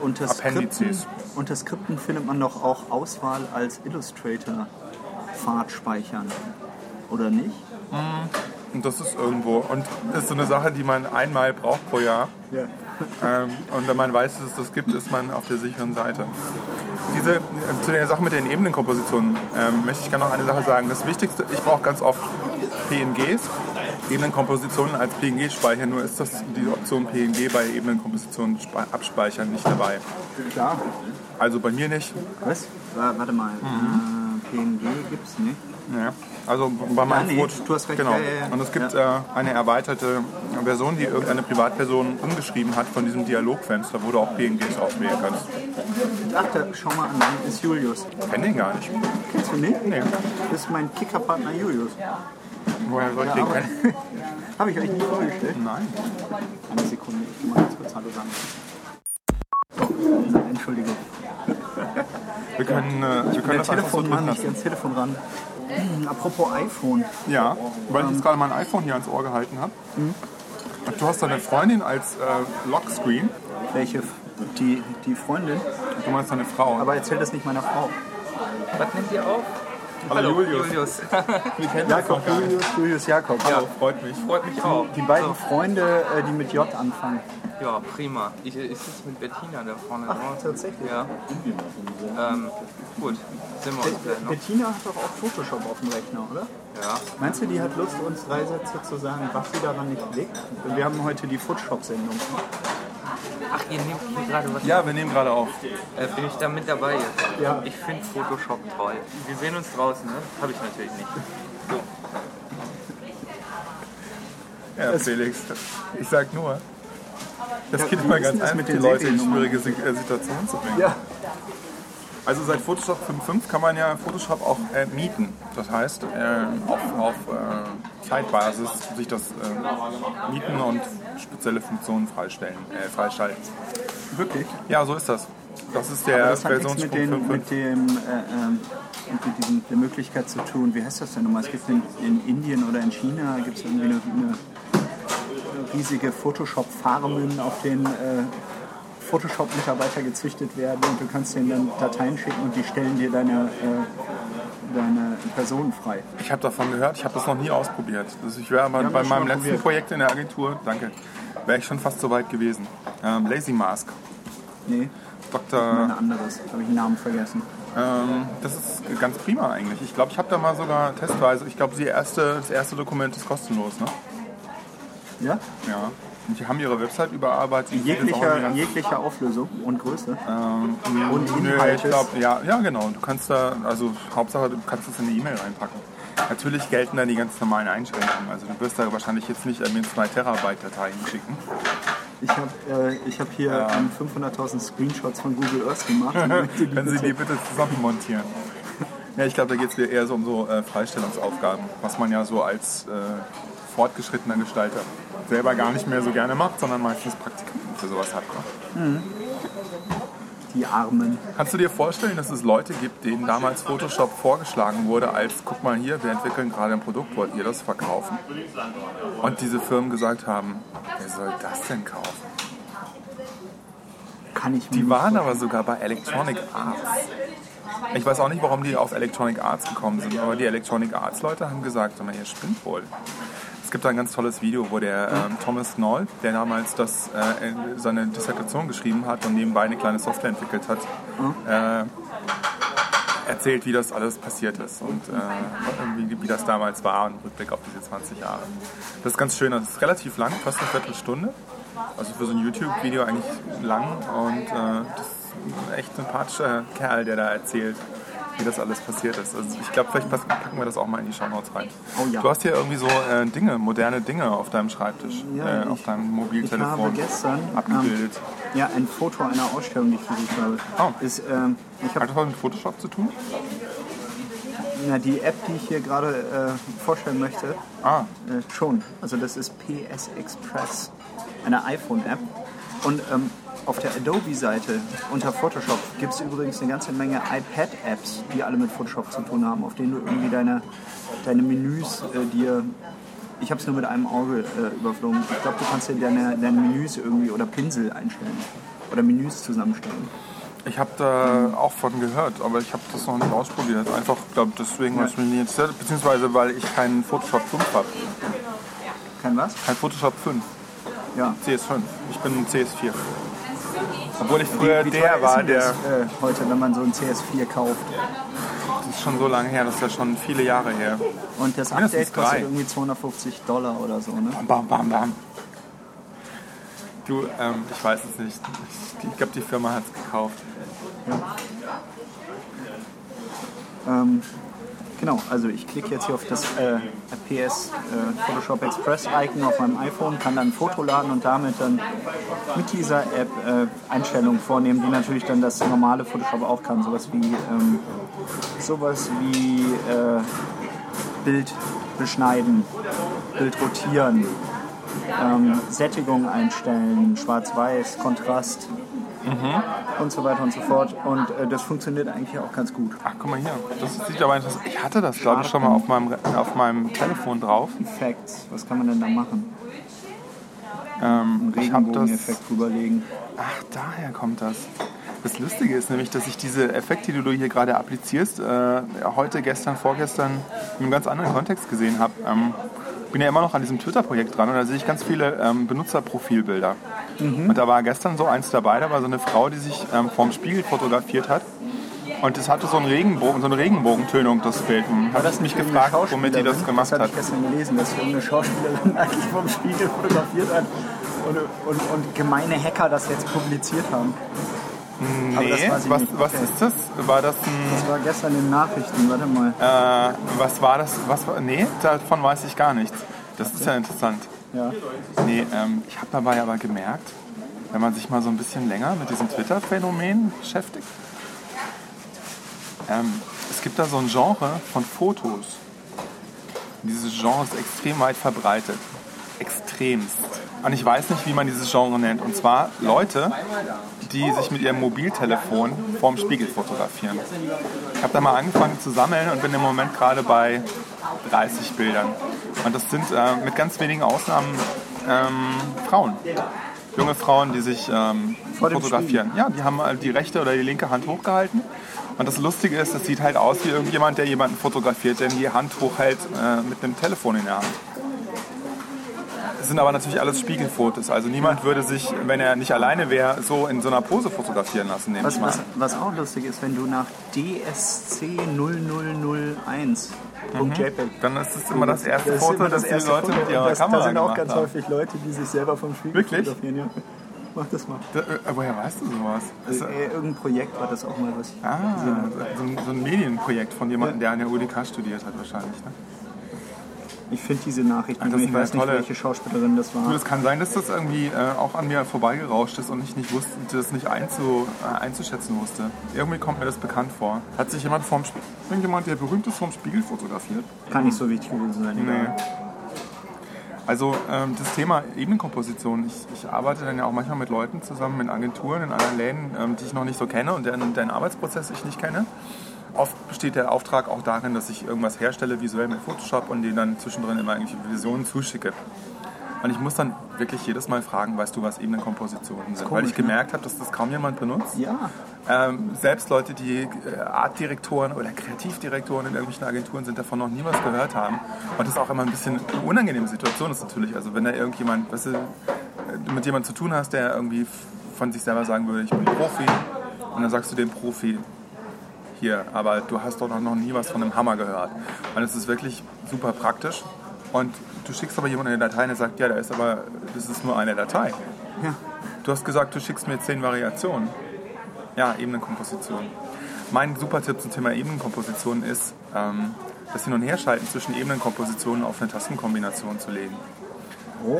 [SPEAKER 1] Unter Skripten,
[SPEAKER 2] Mhm. Appendices.
[SPEAKER 1] unter Skripten findet man doch auch Auswahl als Illustrator-Pfadspeichern. Oder nicht?
[SPEAKER 2] Und das ist irgendwo. Und das ist so eine Sache, die man einmal braucht pro Jahr.
[SPEAKER 1] Ja.
[SPEAKER 2] Ähm, und wenn man weiß, dass es das gibt, ist man auf der sicheren Seite. Diese, äh, zu der Sache mit den Ebenenkompositionen ähm, möchte ich gerne noch eine Sache sagen. Das Wichtigste, ich brauche ganz oft PNGs, Ebenenkompositionen als PNG speichern, nur ist das die Option PNG bei Ebenenkompositionen spe- abspeichern nicht dabei.
[SPEAKER 1] Klar.
[SPEAKER 2] Also bei mir nicht.
[SPEAKER 1] Was? Wa- Warte mal.
[SPEAKER 2] Mhm.
[SPEAKER 1] Äh, PNG gibt's nicht.
[SPEAKER 2] Ja. Also bei meinem
[SPEAKER 1] nee,
[SPEAKER 2] Foto-
[SPEAKER 1] du hast recht,
[SPEAKER 2] Genau.
[SPEAKER 1] ja, ja, ja.
[SPEAKER 2] Und es gibt äh, eine erweiterte Version, die irgendeine Privatperson umgeschrieben hat von diesem Dialogfenster, wo du auch PNGs auswählen kannst.
[SPEAKER 1] Ach, da, schau mal an, das ist Julius.
[SPEAKER 2] Ich kenne den gar nicht.
[SPEAKER 1] Kennst du nicht?
[SPEAKER 2] Nee.
[SPEAKER 1] Das ist mein Kickerpartner Julius.
[SPEAKER 2] Woher soll ich den
[SPEAKER 1] aber-
[SPEAKER 2] kennen?
[SPEAKER 1] Habe ich euch nicht vorgestellt?
[SPEAKER 2] Nein.
[SPEAKER 1] Eine Oh, Sekunde, ich gehe mal ganz kurz Hallo sagen. So, Entschuldigung.
[SPEAKER 2] Wir können, äh, wir können
[SPEAKER 1] Mit
[SPEAKER 2] das
[SPEAKER 1] dem
[SPEAKER 2] einfach so
[SPEAKER 1] Telefon
[SPEAKER 2] drin
[SPEAKER 1] ran, ich geh
[SPEAKER 2] lassen.
[SPEAKER 1] ans Telefon ran. Hm, Apropos iPhone.
[SPEAKER 2] Ja, weil ich jetzt gerade mein iPhone hier ans Ohr gehalten habe. Du hast deine Freundin als äh, Lockscreen.
[SPEAKER 1] Welche? Die, die Freundin.
[SPEAKER 2] Du meinst deine Frau.
[SPEAKER 1] Aber erzähl das nicht meiner Frau.
[SPEAKER 7] Was nimmt ihr auf?
[SPEAKER 2] Hallo, Julius.
[SPEAKER 7] Julius.
[SPEAKER 2] Wir kennen
[SPEAKER 1] Jakob,
[SPEAKER 2] gar nicht.
[SPEAKER 1] Julius, Julius Jakob.
[SPEAKER 2] Hallo, freut mich.
[SPEAKER 7] Freut mich auch.
[SPEAKER 1] Die beiden
[SPEAKER 7] So.
[SPEAKER 1] Freunde, äh, die mit J anfangen.
[SPEAKER 7] Ja, prima. Ich, ich sitze mit Bettina da vorne. drauf.
[SPEAKER 1] tatsächlich?
[SPEAKER 7] Ja. Ähm, gut, sehen wir uns ne? gleich noch.
[SPEAKER 1] Bettina hat doch auch Photoshop auf dem Rechner, oder?
[SPEAKER 7] Ja.
[SPEAKER 1] Meinst du, die hat Lust, uns drei Sätze zu sagen, was sie daran nicht legt? Wir haben heute die Photoshop-Sendung.
[SPEAKER 7] Ach, ihr nehmt hier gerade was.
[SPEAKER 2] Ja, wir nehmen gerade auf.
[SPEAKER 7] Äh, bin ich da mit dabei jetzt?
[SPEAKER 1] Ja.
[SPEAKER 7] Ich finde Photoshop toll. Wir sehen uns draußen, ne? Habe ich natürlich nicht.
[SPEAKER 2] Ja, Felix, ich sag nur, das geht immer
[SPEAKER 1] wie ist denn
[SPEAKER 2] ganz
[SPEAKER 1] das
[SPEAKER 2] einfach,
[SPEAKER 1] mit
[SPEAKER 2] die
[SPEAKER 1] den
[SPEAKER 2] Leute in
[SPEAKER 1] Seriennummern?
[SPEAKER 2] schwierige Si- äh, Situationen zu bringen.
[SPEAKER 1] Ja.
[SPEAKER 2] Also seit Photoshop 5.5 kann man ja Photoshop auch äh, mieten. Das heißt, äh, auf, auf äh, Zeitbasis sich das äh, mieten und spezielle Funktionen freistellen, äh, freischalten.
[SPEAKER 1] Wirklich?
[SPEAKER 2] Ja, so ist das. Das ist der
[SPEAKER 1] Aber das hat nichts mit,
[SPEAKER 2] Versionssprung
[SPEAKER 1] den,
[SPEAKER 2] 5.5.
[SPEAKER 1] mit, dem, äh, ähm, mit diesem, der Möglichkeit zu tun. Wie heißt das denn nochmal? Es gibt in, in Indien oder in China gibt es irgendwie eine, eine riesige Photoshop-Farmen, auf denen äh, Photoshop-Mitarbeiter gezüchtet werden und du kannst denen dann Dateien schicken und die stellen dir deine, äh, deine Personen frei.
[SPEAKER 2] Ich habe davon gehört, ich habe das noch nie ausprobiert. Also ich wäre aber
[SPEAKER 1] haben
[SPEAKER 2] bei
[SPEAKER 1] das schon
[SPEAKER 2] meinem
[SPEAKER 1] mal
[SPEAKER 2] letzten
[SPEAKER 1] probiert.
[SPEAKER 2] Projekt in der Agentur, danke, wäre ich schon fast so weit gewesen. Ähm, Lazy Mask.
[SPEAKER 1] Nee, ein
[SPEAKER 2] Dr.
[SPEAKER 1] anderes. Habe ich den Namen vergessen.
[SPEAKER 2] Ähm, das ist ganz prima eigentlich. Ich glaube, ich habe da mal sogar testweise, ich glaube, die erste, das erste Dokument ist kostenlos, ne?
[SPEAKER 1] Ja?
[SPEAKER 2] Ja. Und die haben ihre Website überarbeitet. die sieht jetzt auch
[SPEAKER 1] Jeglicher,
[SPEAKER 2] irgendwie
[SPEAKER 1] jeglicher Auflösung und Größe.
[SPEAKER 2] ganz-
[SPEAKER 1] und
[SPEAKER 2] Nö,
[SPEAKER 1] Inhalt
[SPEAKER 2] ich glaube, ja, ja, genau. Du kannst da, also Hauptsache, du kannst das in eine E-Mail reinpacken. Natürlich gelten da die ganz normalen Einschränkungen. Also du wirst da wahrscheinlich jetzt nicht irgendwie 2 Terabyte Dateien schicken.
[SPEAKER 1] Ich habe äh, ich hab hier ähm, 500.000 Screenshots von Google Earth gemacht. und möchte die
[SPEAKER 2] Können Sie die
[SPEAKER 1] bitte-
[SPEAKER 2] bitte zusammen montieren? Ja, ich glaube, da geht es eher so um so äh, Freistellungsaufgaben, was man ja so als äh, fortgeschrittener Gestalter selber gar nicht mehr so gerne macht, sondern meistens Praktikanten für sowas hat. ne?
[SPEAKER 1] die Armen.
[SPEAKER 2] Kannst du dir vorstellen, dass es Leute gibt, denen damals Photoshop vorgeschlagen wurde als, guck mal hier, wir entwickeln gerade ein Produkt, wollt ihr das verkaufen? Und diese Firmen gesagt haben, wer soll das denn kaufen?
[SPEAKER 1] Kann ich mir
[SPEAKER 2] Die
[SPEAKER 1] nicht
[SPEAKER 2] waren
[SPEAKER 1] vorstellen.
[SPEAKER 2] aber sogar bei Electronic Arts. Ich weiß auch nicht, warum die auf Electronic Arts gekommen sind, aber die Electronic Arts Leute haben gesagt, sag mal, ihr spinnt wohl. Es gibt da ein ganz tolles Video, wo der ähm, Thomas Knoll, der damals das, äh, seine Dissertation geschrieben hat und nebenbei eine kleine Software entwickelt hat, äh, erzählt, wie das alles passiert ist und äh, wie, wie das damals war und Rückblick auf diese 20 Jahre. Das ist ganz schön, das ist relativ lang, fast eine Viertelstunde. Also für so ein YouTube-Video eigentlich lang und äh, das ist ein echt sympathischer Kerl, der da erzählt, wie das alles passiert ist. Also ich glaube, vielleicht passen- packen wir das auch mal in die Shownotes rein.
[SPEAKER 1] Oh ja.
[SPEAKER 2] Du hast hier irgendwie so äh, Dinge, moderne Dinge auf deinem Schreibtisch,
[SPEAKER 1] Ja,
[SPEAKER 2] äh, auf
[SPEAKER 1] ich-
[SPEAKER 2] deinem Mobiltelefon
[SPEAKER 1] ich habe gestern, ähm,
[SPEAKER 2] abgebildet.
[SPEAKER 1] Ja, ein Foto einer Ausstellung, die ich besucht habe.
[SPEAKER 2] Oh.
[SPEAKER 1] Ist, ähm, ich
[SPEAKER 2] Hat
[SPEAKER 1] habe
[SPEAKER 2] das was mit Photoshop zu tun?
[SPEAKER 1] na, die App, die ich hier gerade äh, vorstellen möchte,
[SPEAKER 2] Ah,
[SPEAKER 1] äh, schon. Also das ist PS Express, eine iPhone-App. Und ähm, auf der Adobe-Seite unter Photoshop gibt es übrigens eine ganze Menge iPad-Apps, die alle mit Photoshop zu tun haben, auf denen du irgendwie deine, deine Menüs äh, dir... Ich habe es nur mit einem Auge äh, überflogen. Ich glaube, du kannst dir deine, deine Menüs irgendwie oder Pinsel einstellen oder Menüs zusammenstellen.
[SPEAKER 2] Ich habe da auch von gehört, aber ich habe das noch nicht ausprobiert. Einfach, glaube deswegen, weil es mich nicht interessiert, beziehungsweise weil ich keinen Photoshop 5 habe.
[SPEAKER 1] Kein was?
[SPEAKER 2] Kein Photoshop 5,
[SPEAKER 1] Ja.
[SPEAKER 2] CS5. Ich bin ein CS4. Obwohl ich früher
[SPEAKER 1] Wie teuer
[SPEAKER 2] der
[SPEAKER 1] ist
[SPEAKER 2] war,
[SPEAKER 1] denn
[SPEAKER 2] der.
[SPEAKER 1] das, äh, heute, wenn man so ein CS4 kauft.
[SPEAKER 2] Das ist schon so lange her, das ist ja schon viele Jahre her.
[SPEAKER 1] Und das
[SPEAKER 2] Mindestens
[SPEAKER 1] Update kostet
[SPEAKER 2] drei.
[SPEAKER 1] irgendwie 250 Dollar oder so, ne?
[SPEAKER 2] Bam, bam, bam, bam. Du, ähm, ich weiß es nicht. Ich, ich glaube, die Firma hat es gekauft.
[SPEAKER 1] Genau, also ich klicke jetzt hier auf das äh, PS äh, Photoshop Express Icon auf meinem iPhone, kann dann ein Foto laden und damit dann mit dieser App äh, Einstellungen vornehmen, die natürlich dann das normale Photoshop auch kann, sowas wie ähm, sowas wie äh, Bild beschneiden, Bild rotieren, ähm, Sättigung einstellen, Schwarz-Weiß, Kontrast. und so weiter und so fort. Und äh, das funktioniert eigentlich auch ganz gut.
[SPEAKER 2] Ach, guck mal hier. Das sieht aber interessant. Ich hatte das, glaube ich, schon mal auf meinem, Re- auf meinem Telefon drauf.
[SPEAKER 1] Effects, was kann man denn da machen?
[SPEAKER 2] Ähm, ich habe das.
[SPEAKER 1] Regenbogeneffekt drüberlegen.
[SPEAKER 2] Ach, daher kommt das. Das Lustige ist nämlich, dass ich diese Effekte, die du hier gerade applizierst, äh, heute, gestern, vorgestern in einem ganz anderen Kontext gesehen habe. Ähm, bin ja immer noch an diesem Twitter-Projekt dran und da sehe ich ganz viele ähm, Benutzerprofilbilder.
[SPEAKER 1] Mhm.
[SPEAKER 2] Und da war gestern so eins dabei, da war so eine Frau, die sich ähm, vorm Spiegel fotografiert hat. Und das hatte so, einen Regenbogen, so eine Regenbogentönung, das Bild. Und habe ich mich
[SPEAKER 1] irgendeine
[SPEAKER 2] gefragt, womit die das
[SPEAKER 1] Schauspielerin?
[SPEAKER 2] gemacht
[SPEAKER 1] ne? Das
[SPEAKER 2] hat.
[SPEAKER 1] habe ich gestern gelesen, dass irgendeine Schauspielerin eigentlich vom Spiegel fotografiert hat und, und, und gemeine Hacker das jetzt publiziert haben. Aber das
[SPEAKER 2] Nee,
[SPEAKER 1] weiß ich
[SPEAKER 2] was,
[SPEAKER 1] nicht.
[SPEAKER 2] was
[SPEAKER 1] Okay.
[SPEAKER 2] ist das? War das ein...
[SPEAKER 1] Das war gestern in den Nachrichten, warte mal.
[SPEAKER 2] Äh, was war das? Was war, nee, davon weiß ich gar nichts. Das ist ja interessant.
[SPEAKER 1] Ja.
[SPEAKER 2] Nee, ähm, ich habe dabei aber gemerkt, wenn man sich mal so ein bisschen länger mit diesem Twitter-Phänomen beschäftigt, ähm, es gibt da so ein Genre von Fotos. Dieses Genre ist extrem weit verbreitet. Extremst. Und ich weiß nicht, wie man dieses Genre nennt. Und zwar Leute, die sich mit ihrem Mobiltelefon vorm Spiegel fotografieren. Ich habe da mal angefangen zu sammeln und bin im Moment gerade bei 30 Bildern. Und das sind äh, mit ganz wenigen Ausnahmen ähm, Frauen. Junge Frauen, die sich ähm,
[SPEAKER 1] Vor dem
[SPEAKER 2] fotografieren. Ja, die haben äh, die rechte oder die linke Hand hochgehalten. Und das Lustige ist, das sieht halt aus wie irgendjemand, der jemanden fotografiert, der die Hand hochhält äh, mit einem Telefon in der Hand. Es sind aber natürlich alles Spiegelfotos. Also niemand würde sich, wenn er nicht alleine wäre, so in so einer Pose fotografieren lassen, nehme ich
[SPEAKER 1] Was,
[SPEAKER 2] mal.
[SPEAKER 1] was, was auch lustig ist, wenn du nach
[SPEAKER 2] Mhm.
[SPEAKER 1] DSC0001.jpg
[SPEAKER 2] Dann ist es immer das erste
[SPEAKER 1] Das ist
[SPEAKER 2] Foto,
[SPEAKER 1] immer
[SPEAKER 2] das, die
[SPEAKER 1] erste
[SPEAKER 2] Leute
[SPEAKER 1] Foto.
[SPEAKER 2] mit
[SPEAKER 1] Und
[SPEAKER 2] ihrer
[SPEAKER 1] das,
[SPEAKER 2] Kamera
[SPEAKER 1] Da sind auch
[SPEAKER 2] gemacht
[SPEAKER 1] ganz
[SPEAKER 2] haben.
[SPEAKER 1] häufig Leute, die sich selber vom Spiegel
[SPEAKER 2] Wirklich?
[SPEAKER 1] fotografieren. Ja. Mach das mal.
[SPEAKER 2] Da, äh, woher weißt du sowas? Ist, äh,
[SPEAKER 1] Äh, irgendein Projekt war das auch mal was.
[SPEAKER 2] ah, so ein, so ein Medienprojekt von jemandem, der an der UDK studiert hat wahrscheinlich. Ne?
[SPEAKER 1] Ich finde diese Nachricht
[SPEAKER 2] das
[SPEAKER 1] nicht mehr. Ich weiß
[SPEAKER 2] sind ja
[SPEAKER 1] nicht,
[SPEAKER 2] tolle-
[SPEAKER 1] welche Schauspielerin das
[SPEAKER 2] Du,
[SPEAKER 1] war.
[SPEAKER 2] Also es kann sein, dass das irgendwie äh, auch an mir vorbeigerauscht ist und ich nicht wusste, das nicht einzu, äh, einzuschätzen wusste. Irgendwie kommt mir das bekannt vor. Hat sich jemand vorm Spiegel, irgendjemand, der berühmt ist, vorm Spiegel fotografiert?
[SPEAKER 1] Kann nicht so wichtig gewesen sein.
[SPEAKER 2] Nee.
[SPEAKER 1] egal.
[SPEAKER 2] Also ähm, das Thema Ebenenkomposition. Ich, ich arbeite dann ja auch manchmal mit Leuten zusammen, in Agenturen, in anderen Läden, ähm, die ich noch nicht so kenne und deren, deren Arbeitsprozess ich nicht kenne. Oft besteht der Auftrag auch darin, dass ich irgendwas herstelle visuell mit Photoshop und denen dann zwischendrin immer irgendwelche Visionen zuschicke. Und ich muss dann wirklich jedes Mal fragen, weißt du, was Ebenenkompositionen sind? Weil
[SPEAKER 1] komisch, ne?
[SPEAKER 2] ich gemerkt habe, dass das kaum jemand benutzt.
[SPEAKER 1] Ja,
[SPEAKER 2] Ähm, selbst Leute, die äh, Artdirektoren oder Kreativdirektoren in irgendwelchen Agenturen sind, davon noch nie was gehört haben. Und das ist auch immer ein bisschen eine unangenehme Situation ist natürlich. Also wenn da irgendjemand, weißt du, äh, mit jemandem zu tun hast, der irgendwie f- von sich selber sagen würde, ich bin Profi. Und dann sagst du dem Profi, hier, aber du hast doch noch nie was von einem Hammer gehört. Und es ist wirklich super praktisch. Und du schickst aber jemanden eine Datei und er sagt, ja, da ist aber, das ist nur eine Datei. Du hast gesagt, du schickst mir zehn Variationen. Ja, Ebenenkomposition. Mein super Tipp zum Thema Ebenenkomposition ist, ähm, das Hin- und Herschalten zwischen Ebenenkompositionen auf eine Tastenkombination zu legen.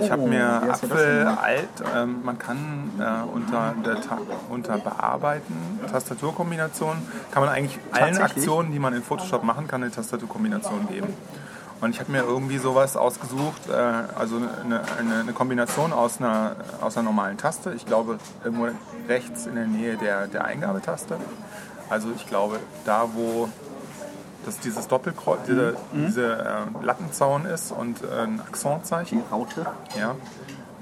[SPEAKER 2] ich habe mir
[SPEAKER 1] Oh, wie hast du das denn
[SPEAKER 2] Apfel,
[SPEAKER 1] gemacht?
[SPEAKER 2] Alt, ähm, man kann äh, unter, der Ta unter Bearbeiten, Tastaturkombination, kann man eigentlich allen
[SPEAKER 1] Tatsächlich?
[SPEAKER 2] Aktionen, die man in Photoshop machen kann, eine Tastaturkombination geben. Und ich habe mir irgendwie sowas ausgesucht, äh, also eine, eine, eine Kombination aus einer, aus einer normalen Taste. Ich glaube, irgendwo rechts in der Nähe der, der Eingabetaste. Also ich glaube, da wo das dieses Doppelkreuz, diese,
[SPEAKER 1] Mhm.
[SPEAKER 2] diese äh, Lattenzaun ist und äh, ein Akzentzeichen.
[SPEAKER 1] Raute.
[SPEAKER 2] Ja.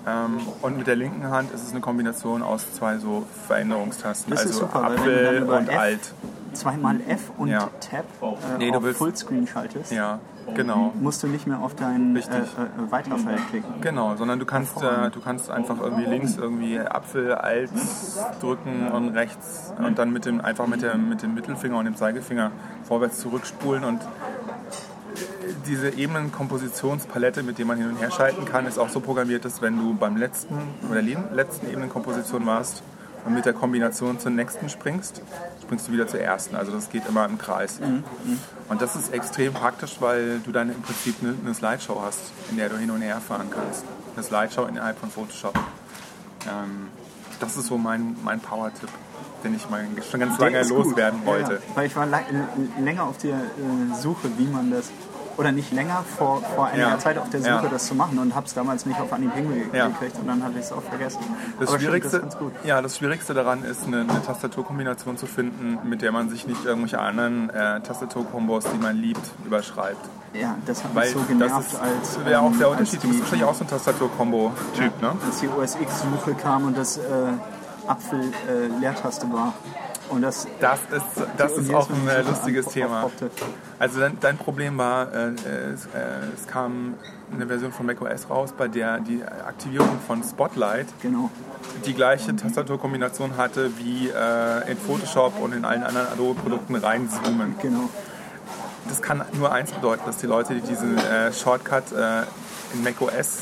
[SPEAKER 2] Ähm, und mit der linken Hand ist es eine Kombination aus zwei so Veränderungstasten.
[SPEAKER 1] Das ist
[SPEAKER 2] also
[SPEAKER 1] super, weil wenn du dann
[SPEAKER 2] Apfel
[SPEAKER 1] über
[SPEAKER 2] und
[SPEAKER 1] F-
[SPEAKER 2] Alt.
[SPEAKER 1] Zweimal F und
[SPEAKER 2] Ja.
[SPEAKER 1] Tab äh,
[SPEAKER 2] Nee, du
[SPEAKER 1] auf
[SPEAKER 2] willst-
[SPEAKER 1] Fullscreen schaltest,
[SPEAKER 2] Ja, genau.
[SPEAKER 1] musst du nicht mehr auf dein äh,
[SPEAKER 2] Richtig.
[SPEAKER 1] äh, Weiterfeld klicken.
[SPEAKER 2] Genau, sondern du kannst, äh, du kannst einfach irgendwie links irgendwie Apfel, Alt drücken und rechts und dann mit dem, einfach mit, der, mit dem Mittelfinger und dem Zeigefinger vorwärts zurückspulen und diese Ebenenkompositionspalette, mit der man hin und her schalten kann, ist auch so programmiert, dass wenn du beim letzten oder le- letzten Ebenenkomposition warst und mit der Kombination zur nächsten springst, springst du wieder zur ersten. Also das geht immer im Kreis.
[SPEAKER 1] Mhm,
[SPEAKER 2] Und das ist extrem praktisch, weil du dann im Prinzip eine, eine Slideshow hast, in der du hin und her fahren kannst. Eine Slideshow innerhalb von Photoshop. Ähm, das ist so mein, mein Power-Tipp, den ich mal schon ganz
[SPEAKER 1] Der
[SPEAKER 2] lange
[SPEAKER 1] ist gut.
[SPEAKER 2] loswerden
[SPEAKER 1] Ja,
[SPEAKER 2] wollte.
[SPEAKER 1] Ja, weil ich war lang- l- länger auf der äh, Suche, äh, wie man das oder nicht länger vor, vor einiger
[SPEAKER 2] Ja.
[SPEAKER 1] Zeit auf der Suche,
[SPEAKER 2] Ja.
[SPEAKER 1] das zu machen und habe es damals nicht auf Anhieb hingekriegt
[SPEAKER 2] Ja.
[SPEAKER 1] und dann hatte ich es auch vergessen.
[SPEAKER 2] Das
[SPEAKER 1] Aber stimmt,
[SPEAKER 2] Schwierigste,
[SPEAKER 1] das ist ganz gut.
[SPEAKER 2] ja, das Schwierigste daran ist, eine, eine Tastaturkombination zu finden, mit der man sich nicht irgendwelche anderen äh, Tastaturkombos, die man liebt, überschreibt.
[SPEAKER 1] Ja, das hat
[SPEAKER 2] Weil
[SPEAKER 1] mich so genervt,
[SPEAKER 2] das ist,
[SPEAKER 1] als,
[SPEAKER 2] wäre auch der
[SPEAKER 1] ähm, als
[SPEAKER 2] Unterschied. Du bist
[SPEAKER 1] die,
[SPEAKER 2] wahrscheinlich auch so ein Tastaturkombo-Typ, ne?
[SPEAKER 1] als die OSX-Suche kam und das äh, Apfel-Leertaste war. Und das,
[SPEAKER 2] Das ist, das
[SPEAKER 1] und
[SPEAKER 2] ist
[SPEAKER 1] jedes
[SPEAKER 2] auch
[SPEAKER 1] Mal,
[SPEAKER 2] ein
[SPEAKER 1] wenn
[SPEAKER 2] äh,
[SPEAKER 1] ich das
[SPEAKER 2] lustiges
[SPEAKER 1] anpo-
[SPEAKER 2] Thema.
[SPEAKER 1] aufpoppte.
[SPEAKER 2] Also dein, dein Problem war, äh, es, äh, es kam eine Version von macOS raus, bei der die Aktivierung von Spotlight
[SPEAKER 1] Genau.
[SPEAKER 2] die gleiche Tastaturkombination hatte wie äh, in Photoshop und in allen anderen Adobe-Produkten reinzoomen.
[SPEAKER 1] Genau.
[SPEAKER 2] Das kann nur eins bedeuten, dass die Leute, die diesen äh, Shortcut äh, in macOS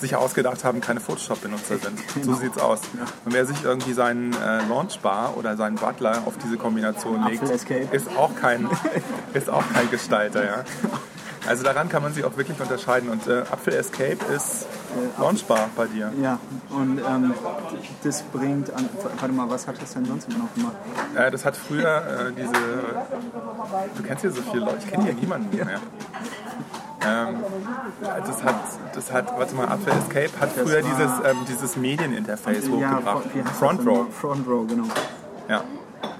[SPEAKER 2] sich ausgedacht haben, keine Photoshop-Benutzer sind. So sieht's aus. Und wer sich irgendwie seinen äh, Launchbar oder seinen Butler auf diese Kombination legt,
[SPEAKER 1] Apfel Escape.
[SPEAKER 2] ist auch kein, ist auch kein Gestalter. Ja. Also daran kann man sie auch wirklich unterscheiden. Und äh, Apfel Escape ist Launchbar bei dir.
[SPEAKER 1] Ja, und ähm, das bringt an. Warte mal, was hat das denn sonst immer noch gemacht?
[SPEAKER 2] Äh, das hat früher äh, diese. Du kennst hier so viele Leute, ich kenne hier niemanden mehr. Ähm, das hat, das hat, warte mal, Apfel Escape hat
[SPEAKER 1] Das
[SPEAKER 2] früher
[SPEAKER 1] war-
[SPEAKER 2] dieses, ähm, dieses Medieninterface hochgebracht.
[SPEAKER 1] wie heißt das
[SPEAKER 2] Front
[SPEAKER 1] denn?
[SPEAKER 2] Row.
[SPEAKER 1] Front Row, genau.
[SPEAKER 2] Ja.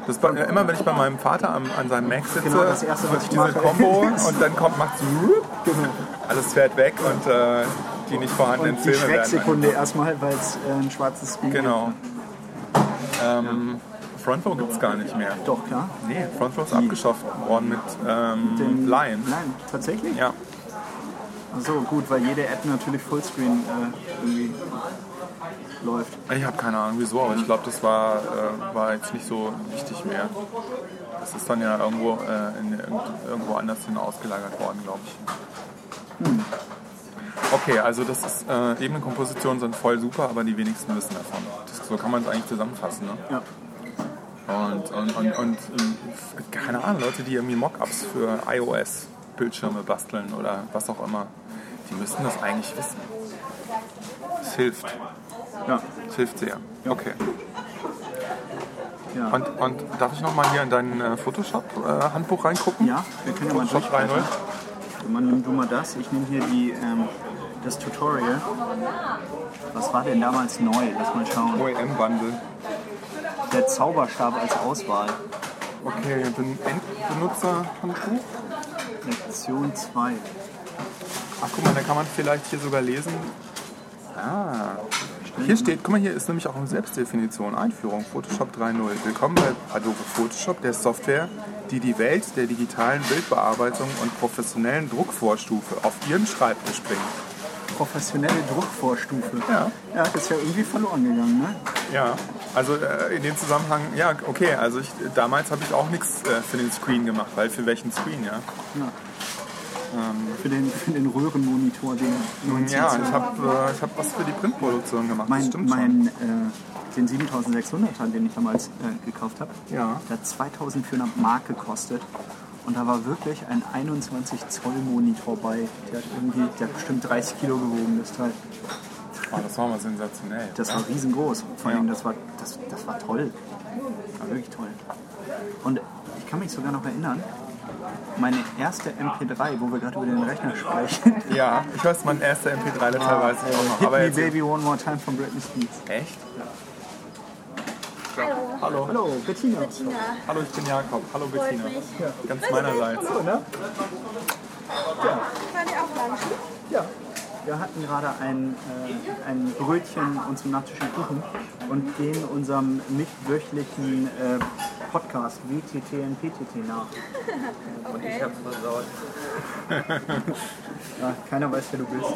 [SPEAKER 2] Das war, äh, immer wenn ich bei meinem Vater am, an seinem Mac sitze,
[SPEAKER 1] Genau, das Erste, was
[SPEAKER 2] ich
[SPEAKER 1] ich
[SPEAKER 2] diese
[SPEAKER 1] mache.
[SPEAKER 2] Combo und dann kommt, macht's
[SPEAKER 1] Genau.
[SPEAKER 2] alles fährt weg und äh, die nicht vorhandenen
[SPEAKER 1] Und die
[SPEAKER 2] Filme werden.
[SPEAKER 1] Schrecksekunde erstmal, weil es äh, ein schwarzes Screen
[SPEAKER 2] Genau. Ähm, Front Row gibt's gar nicht mehr.
[SPEAKER 1] gibt. Doch, klar.
[SPEAKER 2] Nee, Front Row ist abgeschafft worden mit ähm,
[SPEAKER 1] Den-
[SPEAKER 2] Lion.
[SPEAKER 1] Nein, tatsächlich?
[SPEAKER 2] Ja,
[SPEAKER 1] Ach so, gut, weil jede App natürlich Fullscreen äh, irgendwie läuft.
[SPEAKER 2] ich habe keine Ahnung wieso, aber ich glaube, das war, äh, war jetzt nicht so wichtig mehr. Das ist dann ja irgendwo, äh, in, irgend- irgendwo anders hin ausgelagert worden, glaube ich. Okay, also das ist, äh, Ebenenkompositionen sind voll super, aber die wenigsten wissen davon. Das, so kann man es eigentlich zusammenfassen. Ne?
[SPEAKER 1] Ja.
[SPEAKER 2] Und, und, und, und ähm, keine Ahnung, Leute, die irgendwie Mockups für iOS-Bildschirme basteln oder was auch immer, die müssten das eigentlich wissen. Es hilft.
[SPEAKER 1] Ja.
[SPEAKER 2] Es hilft sehr. Okay.
[SPEAKER 1] Ja.
[SPEAKER 2] Und, und darf ich nochmal hier in dein äh, Photoshop-Handbuch reingucken?
[SPEAKER 1] Ja, wir können ja mal
[SPEAKER 2] Photoshop
[SPEAKER 1] durchsprechen.
[SPEAKER 2] 3.0.
[SPEAKER 1] Man nimmt du mal das. Ich nehme hier die, ähm, das Tutorial. Was war denn damals neu? Lass mal schauen.
[SPEAKER 2] OEM-Wandel.
[SPEAKER 1] Der Zauberstab als Auswahl.
[SPEAKER 2] Okay, ben Endbenutzer-Handbuch.
[SPEAKER 1] Lektion 2.
[SPEAKER 2] Ach, guck mal, da kann man vielleicht hier sogar lesen. Ah, hier steht, guck mal, hier ist nämlich auch eine Selbstdefinition, Einführung, Photoshop 3.0. Willkommen bei Adobe Photoshop, der Software, die die Welt der digitalen Bildbearbeitung und professionellen Druckvorstufe auf ihren Schreibtisch bringt.
[SPEAKER 1] Professionelle Druckvorstufe.
[SPEAKER 2] Ja.
[SPEAKER 1] Ja, das ist ja irgendwie verloren gegangen, ne?
[SPEAKER 2] Ja, also äh, in dem Zusammenhang, ja, okay, also ich, damals habe ich auch nichts äh, für den Screen gemacht, weil für welchen Screen, ja?
[SPEAKER 1] Für den, für den Röhrenmonitor, den
[SPEAKER 2] Ja, ich habe äh, ich hab was für die Printproduktion gemacht, das
[SPEAKER 1] mein,
[SPEAKER 2] stimmt schon.
[SPEAKER 1] mein äh, den 7600er, den ich damals äh, gekauft habe,
[SPEAKER 2] Ja.
[SPEAKER 1] der hat 2400 Mark gekostet. Und da war wirklich ein 21 Zoll Monitor bei. Der hat irgendwie, der hat bestimmt 30 Kilo gewogen, das Teil.
[SPEAKER 2] Oh, das war mal sensationell.
[SPEAKER 1] Das war riesengroß. Vor allem, das war, das, das war toll. War wirklich toll. Und ich kann mich sogar noch erinnern, meine erste MP3, wo wir gerade über den Rechner sprechen,
[SPEAKER 2] Ja, ich weiß, mein erster MP3-Letter weiß ich auch noch.
[SPEAKER 1] Ah, Hit
[SPEAKER 2] Aber
[SPEAKER 1] Me
[SPEAKER 2] jetzt
[SPEAKER 1] Baby One More Time von Britney Spears.
[SPEAKER 2] Echt?
[SPEAKER 1] Hallo, Bettina.
[SPEAKER 5] Tina,
[SPEAKER 2] Hallo, ich bin Jakob. Hallo,
[SPEAKER 5] freut
[SPEAKER 2] Bettina.
[SPEAKER 5] mich.
[SPEAKER 2] Ganz meinerseits.
[SPEAKER 5] Kann ich auch lunchen?
[SPEAKER 1] Ja. Wir hatten gerade ein, äh, ein Brötchen und zum Nachtisch einen Kuchen und gehen unserem nicht wöchentlichen äh, Podcast WTT und PTT nach.
[SPEAKER 7] Ich hab's versaut.
[SPEAKER 1] Ja, keiner weiß, wer du bist.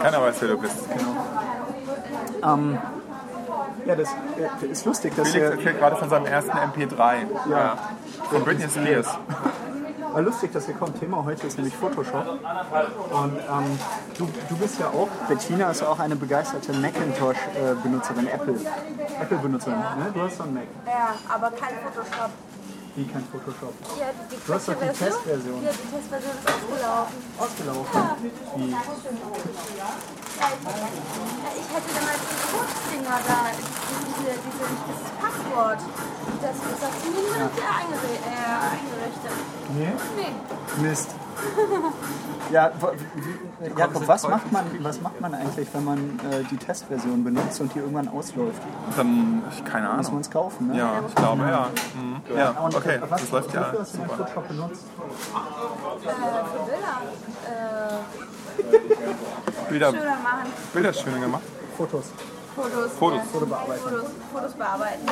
[SPEAKER 2] Keiner weiß, wer du bist.
[SPEAKER 1] Ja, das, äh, das ist lustig, dass
[SPEAKER 2] Felix
[SPEAKER 1] wir,
[SPEAKER 2] erzählt gerade von seinem ersten MP3.
[SPEAKER 1] ja,
[SPEAKER 2] Von Britney Spears.
[SPEAKER 1] war äh, lustig, dass wir kommen. Thema heute ist nämlich Photoshop. Und ähm, du, du bist ja auch, Bettina ist auch eine begeisterte Macintosh-Benutzerin, Apple. Apple-Benutzerin, ne? Du hast so einen Mac.
[SPEAKER 5] Ja, aber kein Photoshop.
[SPEAKER 1] Wie kein Photoshop.
[SPEAKER 5] Ja, die
[SPEAKER 1] Du hast doch die
[SPEAKER 5] Quetsche-Version-
[SPEAKER 1] Testversion.
[SPEAKER 5] Ja, die Testversion ist ausgelaufen.
[SPEAKER 1] Ausgelaufen. Wie?
[SPEAKER 5] Ja, ich hätte damals die Kurzdinger da, diese, diese, dieses Passwort. Das, das wurde nicht eingere- äh, eingerichtet.
[SPEAKER 1] Nee?
[SPEAKER 5] Nee,
[SPEAKER 1] Mist. Ja, w- w- Jakob, was macht, man, was macht man eigentlich, wenn man äh, die Testversion benutzt und die irgendwann ausläuft?
[SPEAKER 2] Dann, ich, keine
[SPEAKER 1] Muss man
[SPEAKER 2] Ahnung.
[SPEAKER 1] es kaufen, ne?
[SPEAKER 2] Ja, ich glaube, ja. Mhm. Ja,
[SPEAKER 1] Und,
[SPEAKER 2] okay,
[SPEAKER 1] äh, was-
[SPEAKER 2] das läuft ja
[SPEAKER 1] wofür hast du den
[SPEAKER 2] super.
[SPEAKER 1] Photoshop benutzt?
[SPEAKER 5] Für Bilder.
[SPEAKER 2] Bilder,
[SPEAKER 5] Äh, schöner machen.
[SPEAKER 2] Bilder schöner gemacht.
[SPEAKER 1] Fotos.
[SPEAKER 5] Fotos.
[SPEAKER 2] Fotos.
[SPEAKER 5] äh, Fotos bearbeiten. Fotos, bearbeiten.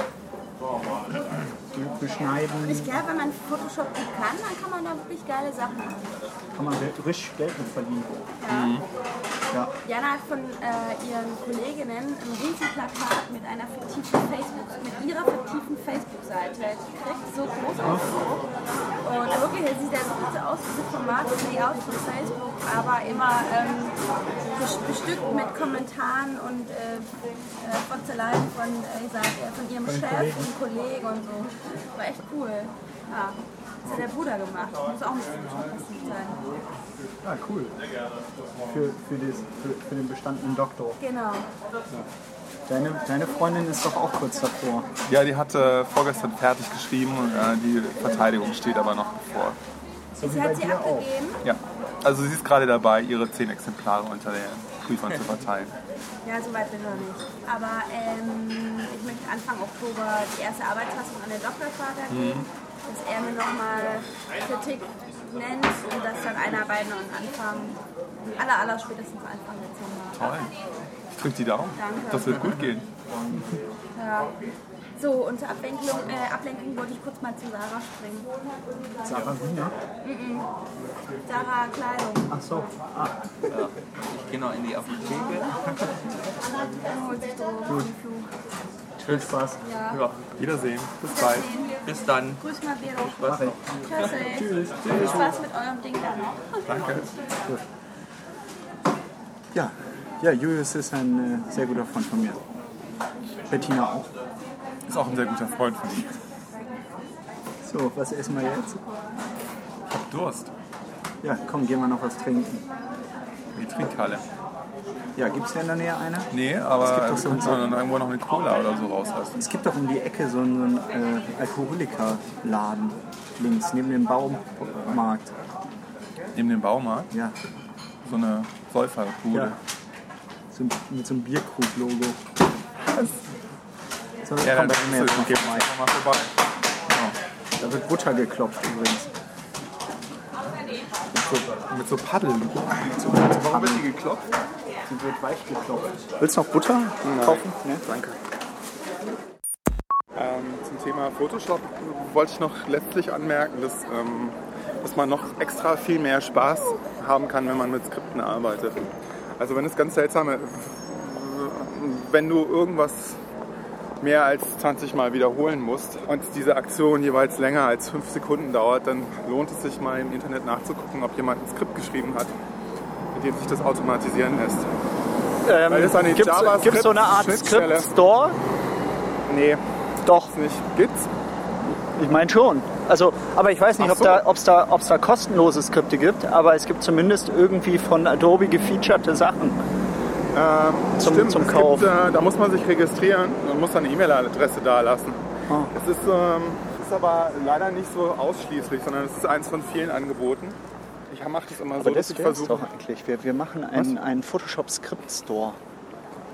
[SPEAKER 5] Und
[SPEAKER 1] Beschneiden.
[SPEAKER 5] ich glaube, wenn man Photoshop gut kann, dann kann man da wirklich geile Sachen machen.
[SPEAKER 1] Kann man richtig Geld mit verdienen.
[SPEAKER 5] Ja.
[SPEAKER 2] Mhm.
[SPEAKER 1] Ja.
[SPEAKER 5] Jana hat von äh, ihren Kolleginnen ein Riesenplakat mit einer fiktiven Facebook, mit ihrer fiktiven Facebook-Seite gekriegt, so groß ausgedruckt. Und wirklich, es sieht ja so gut aus, dieses Format, das Layout von Facebook, aber immer ähm, bes- bestückt mit Kommentaren und äh, äh, Fotzeleien von, äh, ich sag, äh, von ihrem Chef und Kollegen und so. War echt cool. Ja. Das hat der Bruder gemacht. Muss auch ein bisschen passiert sein.
[SPEAKER 1] Ah, cool. Für, für, das, für, für den bestandenen Doktor.
[SPEAKER 5] Genau.
[SPEAKER 1] Deine, deine Freundin ist doch auch kurz davor.
[SPEAKER 2] Ja, die hat äh, vorgestern fertig geschrieben und äh, die Verteidigung steht aber noch bevor.
[SPEAKER 1] So wie
[SPEAKER 5] Sie
[SPEAKER 1] bei
[SPEAKER 5] hat sie
[SPEAKER 1] dir auch.
[SPEAKER 5] abgegeben.
[SPEAKER 2] Ja, also sie ist gerade dabei, ihre zehn Exemplare unter den Prüfern zu verteilen.
[SPEAKER 5] Ja, so weit bin ich noch nicht. Aber ähm, ich möchte Anfang Oktober die erste Arbeitsfassung an den Doktorvater geben, dass er mir nochmal Kritik nennt und das dann einarbeiten und anfangen. Aller, aller spätestens Anfang Dezember.
[SPEAKER 2] Toll. Ich drück die Daumen.
[SPEAKER 5] Danke.
[SPEAKER 2] Das wird gut gehen.
[SPEAKER 5] Ja. So, und zur Ablenkung, äh, Ablenkung wollte ich kurz mal zu Sarah springen.
[SPEAKER 1] Sarah Wiener.
[SPEAKER 5] Sarah Kleidung.
[SPEAKER 1] Ach so. Ah,
[SPEAKER 7] Ich gehe noch in die Apotheke.
[SPEAKER 5] Dann holt sich Drogen für den Flug.
[SPEAKER 1] viel Spaß.
[SPEAKER 5] Ja.
[SPEAKER 7] Ja,
[SPEAKER 2] Wiedersehen. Bis bald.
[SPEAKER 5] Wiedersehen.
[SPEAKER 7] bis dann.
[SPEAKER 5] Grüß mal Bero.
[SPEAKER 1] Mach ich.
[SPEAKER 5] Tschüss. ey. Viel Spaß mit eurem Ding da noch.
[SPEAKER 2] Danke.
[SPEAKER 1] Ja. ja, Julius ist ein äh, sehr guter Freund von mir. Bettina auch.
[SPEAKER 2] Ist auch ein sehr guter Freund von ihm.
[SPEAKER 1] So, was essen wir jetzt?
[SPEAKER 2] Ich hab Durst.
[SPEAKER 1] Ja, komm, gehen wir noch was trinken.
[SPEAKER 2] Die Trinkhalle.
[SPEAKER 1] Ja, gibt es hier in der Nähe eine?
[SPEAKER 2] Nee,
[SPEAKER 1] Es
[SPEAKER 2] aber
[SPEAKER 1] gibt doch
[SPEAKER 2] wir
[SPEAKER 1] so-
[SPEAKER 2] könnten dann irgendwo noch eine Cola oder so rauslassen.
[SPEAKER 1] Es gibt doch um die Ecke so einen, so einen äh, Alkoholikerladen links, neben dem Baumarkt.
[SPEAKER 2] Neben dem Baumarkt
[SPEAKER 1] Ja,
[SPEAKER 2] so eine Säuferbude.
[SPEAKER 1] ja. So, mit so einem Bierkrug-Logo. So, komm,
[SPEAKER 2] Ja, dann
[SPEAKER 1] da gehen wir jetzt mal
[SPEAKER 2] gehen wir
[SPEAKER 1] vorbei.
[SPEAKER 2] einfach mal vorbei.
[SPEAKER 1] Da wird Butter geklopft übrigens.
[SPEAKER 2] So, mit so Paddeln.
[SPEAKER 1] Warum wird die geklopft? Die wird weich geklopft. Willst du noch Butter kaufen? Ne? Danke.
[SPEAKER 4] Ähm, zum Thema Photoshop wollte ich noch letztlich anmerken, dass, ähm, dass man noch extra viel mehr Spaß haben kann, wenn man mit Skripten arbeitet. Also wenn es ganz seltsame, wenn du irgendwas mehr als 20 Mal wiederholen musst und diese Aktion jeweils länger als 5 Sekunden dauert, dann lohnt es sich mal im Internet nachzugucken, ob jemand ein Skript geschrieben hat, mit dem sich das automatisieren lässt. Weil das an den JavaScript
[SPEAKER 1] Gibt es Ähm, so eine Art
[SPEAKER 4] Schnittstelle-
[SPEAKER 1] Script-Store?
[SPEAKER 4] Nee,
[SPEAKER 1] Doch,
[SPEAKER 4] nicht. Gibt's?
[SPEAKER 1] ich meine schon. Also, aber ich weiß nicht,
[SPEAKER 4] Ach
[SPEAKER 1] ob
[SPEAKER 4] so.
[SPEAKER 1] da, ob's da, ob's da kostenlose Skripte gibt, aber es gibt zumindest irgendwie von Adobe gefeaturete Sachen. zum-
[SPEAKER 4] Stimmt,
[SPEAKER 1] zum
[SPEAKER 4] es
[SPEAKER 1] Kauf.
[SPEAKER 4] Gibt, äh, da muss man sich registrieren und muss seine E-Mail-Adresse da lassen.
[SPEAKER 1] Ah.
[SPEAKER 4] Es ist, ähm, ist aber leider nicht so ausschließlich, sondern es ist eins von vielen Angeboten. Ich mache das immer so,
[SPEAKER 1] Aber das
[SPEAKER 4] ich
[SPEAKER 1] wäre es
[SPEAKER 4] versuche.
[SPEAKER 1] doch eigentlich. Wir, wir machen einen, einen Photoshop-Skript-Store.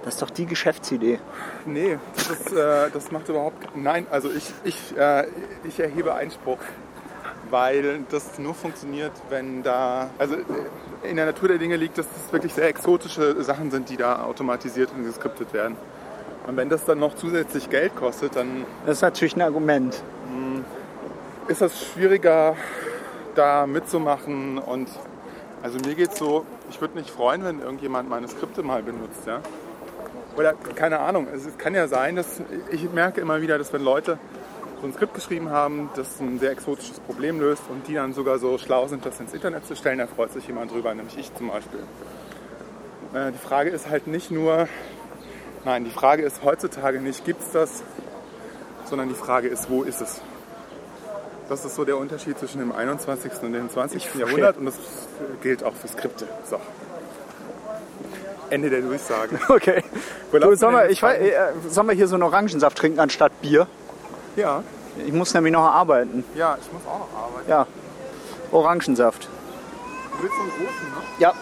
[SPEAKER 1] Das ist doch die Geschäftsidee.
[SPEAKER 4] Nee, das, ist, äh, das macht überhaupt. Nein, also ich, ich, äh, ich erhebe Einspruch. Weil das nur funktioniert, wenn da. Also äh, in der Natur der Dinge liegt, dass das wirklich sehr exotische Sachen sind, die da automatisiert und geskriptet werden. Und wenn das dann noch zusätzlich Geld kostet, dann
[SPEAKER 1] Das ist natürlich ein Argument.
[SPEAKER 4] ist das schwieriger, da mitzumachen. Und also mir geht's so, ich würde mich freuen, wenn irgendjemand meine Skripte mal benutzt, ja. Oder keine Ahnung, es ist- kann ja sein, dass ich merke immer wieder, dass wenn Leute so ein Skript geschrieben haben, das ein sehr exotisches Problem löst und die dann sogar so schlau sind, das ins Internet zu stellen, da freut sich jemand drüber, nämlich ich zum Beispiel. Äh, Die Frage ist halt nicht nur, nein, die Frage ist heutzutage nicht, gibt's das, sondern die Frage ist, wo ist es? Das ist so der Unterschied zwischen dem 21. und dem 20. Jahrhundert und das gilt auch für Skripte. So. Ende der Durchsage.
[SPEAKER 1] Okay.
[SPEAKER 4] Wo
[SPEAKER 1] Du,
[SPEAKER 4] laufen
[SPEAKER 1] sollen,
[SPEAKER 4] wir
[SPEAKER 1] wir,
[SPEAKER 4] denn
[SPEAKER 1] ich, wei-
[SPEAKER 4] jetzt
[SPEAKER 1] äh, sollen wir hier so einen Orangensaft trinken anstatt Bier?
[SPEAKER 4] Ja,
[SPEAKER 1] Ich muss nämlich noch arbeiten.
[SPEAKER 4] ja, ich muss auch noch arbeiten.
[SPEAKER 1] Ja. Orangensaft.
[SPEAKER 3] Willst du einen großen, ne?
[SPEAKER 8] Ja.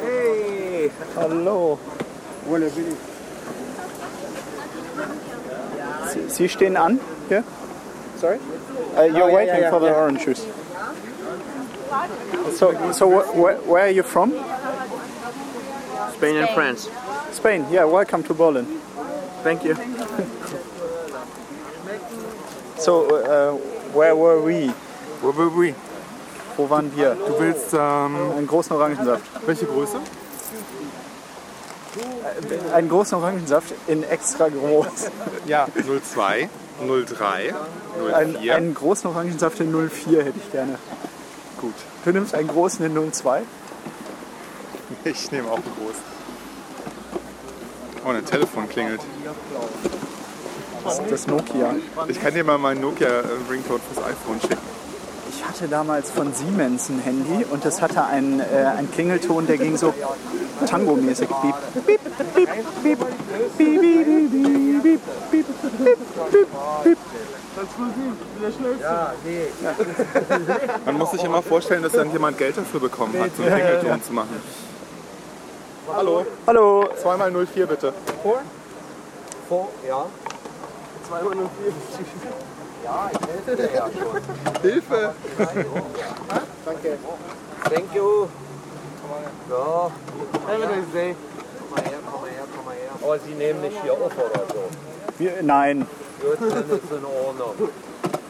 [SPEAKER 3] Hey!
[SPEAKER 1] Hallo.
[SPEAKER 3] Wolle bin ich.
[SPEAKER 1] Sie, Sie stehen an hier? Sorry? Uh, you're
[SPEAKER 8] Oh, yeah,
[SPEAKER 1] waiting
[SPEAKER 8] yeah,
[SPEAKER 1] for the
[SPEAKER 8] yeah.
[SPEAKER 1] orange juice. So, so wh- wh- where are you from?
[SPEAKER 8] Spain and France.
[SPEAKER 1] Spain. Yeah, welcome to Berlin.
[SPEAKER 8] Thank you.
[SPEAKER 1] So, uh, where were we?
[SPEAKER 3] Wo, wo, wo.
[SPEAKER 1] Wo waren wir?
[SPEAKER 3] Du willst, ähm,
[SPEAKER 1] Einen großen Orangensaft.
[SPEAKER 3] welche Größe?
[SPEAKER 1] Einen großen Orangensaft in extra groß.
[SPEAKER 4] Ja, 02, 03, 04.
[SPEAKER 1] Ein, Einen großen Orangensaft in 04 hätte ich gerne.
[SPEAKER 4] Gut,
[SPEAKER 1] Du nimmst einen großen in 02?
[SPEAKER 4] ich nehme auch einen großen. Oh, ein Telefon klingelt.
[SPEAKER 1] Das ist das Nokia.
[SPEAKER 4] Ich kann dir mal meinen Nokia-Ringtone fürs iPhone schicken.
[SPEAKER 1] Ich hatte damals von Siemens ein Handy und das hatte einen, äh, einen Klingelton, der ging so tango-mäßig. Beep, beep, beep, beep, beep, beep, beep, beep, beep, beep, beep, beep, beep.
[SPEAKER 4] Man muss sich immer vorstellen, dass dann jemand Geld dafür bekommen hat, so einen Klingelton zu machen. Hallo,
[SPEAKER 1] Hallo,
[SPEAKER 4] zweimal 04 bitte.
[SPEAKER 8] Ja. Zweimal und vier.
[SPEAKER 4] Hilfe!
[SPEAKER 8] Thank you. Ja. Have a nice day. Komm mal her, komm mal her, komm mal her. Aber Sie nehmen nicht hier auf oder so.
[SPEAKER 1] wir, nein,
[SPEAKER 8] Gut, dann ist in Ordnung.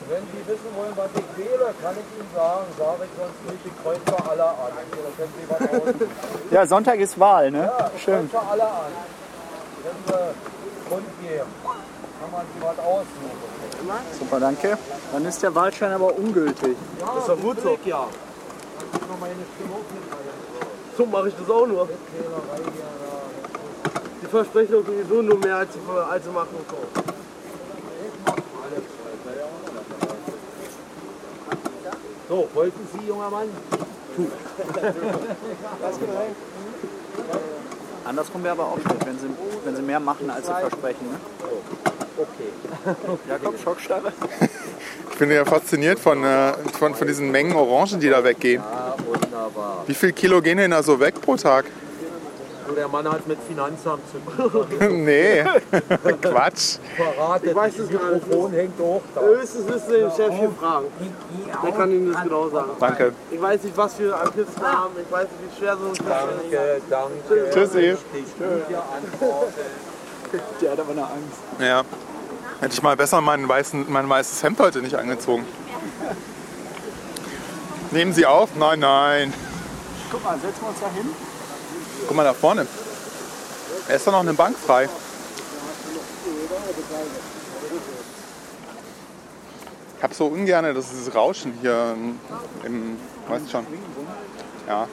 [SPEAKER 8] Wenn Sie wissen wollen, was ich wähle, kann ich Ihnen sagen, sage ich sonst nicht die Kreuzer aller an. Dann können Sie was aussuchen.
[SPEAKER 1] ja, Sonntag ist Wahl, ne? Schön.
[SPEAKER 8] Kreuzer aller an. Wenn Sie äh, Grund geben, kann man sich was aussuchen.
[SPEAKER 1] Super, danke. Dann ist der Wahlschein aber ungültig.
[SPEAKER 8] Das ist doch gut so. Ja.
[SPEAKER 9] So mache ich das auch nur. Die versprechen doch sowieso nur mehr, als sie, als sie machen können.
[SPEAKER 8] So, wollten Sie, junger Mann?
[SPEAKER 1] Andersrum wäre aber auch schlecht, wenn sie, wenn sie mehr machen, als sie versprechen. Ne? Okay. Jakob, Schockstarre.
[SPEAKER 4] Ich bin ja fasziniert von, äh, von, von diesen Mengen Orangen, die da weggehen.
[SPEAKER 8] Wunderbar.
[SPEAKER 4] Wie viel Kilo gehen denn da so weg pro Tag?
[SPEAKER 8] So, der Mann hat mit Finanzamt zu tun.
[SPEAKER 4] nee, Quatsch.
[SPEAKER 8] Verratet. Ich
[SPEAKER 9] weiß es gar nicht.
[SPEAKER 8] Mikrofon hängt hoch da.
[SPEAKER 9] Höchstens müssen Sie den Chef hier fragen. Der kann Ihnen das genau sagen.
[SPEAKER 4] Danke.
[SPEAKER 9] Ich weiß nicht, was wir an Tipps
[SPEAKER 8] Ah.
[SPEAKER 9] wir haben. Ich weiß nicht, wie schwer so ein Tipp ist.
[SPEAKER 8] Danke, danke.
[SPEAKER 4] Tschüssi.
[SPEAKER 1] Der hat aber eine Angst.
[SPEAKER 4] Ja. Hätte ich mal besser meinen weißen, mein weißes Hemd heute nicht angezogen. Nehmen Sie auf? Nein, nein.
[SPEAKER 1] Guck mal, setzen wir uns da hin.
[SPEAKER 4] Guck mal da vorne. Da ist doch noch eine Bank frei. Ich habe so ungern dass dieses Rauschen hier im, weißt schon. Ja.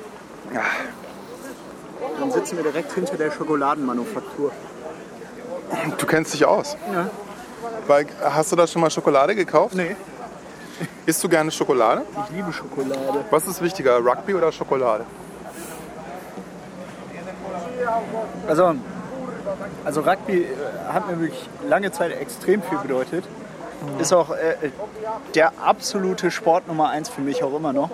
[SPEAKER 1] Dann sitzen wir direkt hinter der Schokoladenmanufaktur.
[SPEAKER 4] Du kennst dich aus. Weil, hast du da schon mal Schokolade gekauft?
[SPEAKER 1] Nee.
[SPEAKER 4] Isst du gerne Schokolade?
[SPEAKER 1] Ich liebe Schokolade.
[SPEAKER 4] Was ist wichtiger, Rugby oder Schokolade?
[SPEAKER 1] Also, also Rugby äh, hat mir wirklich lange Zeit extrem viel bedeutet.
[SPEAKER 4] Mhm.
[SPEAKER 1] Ist auch äh, der absolute Sport Nummer eins für mich auch immer noch.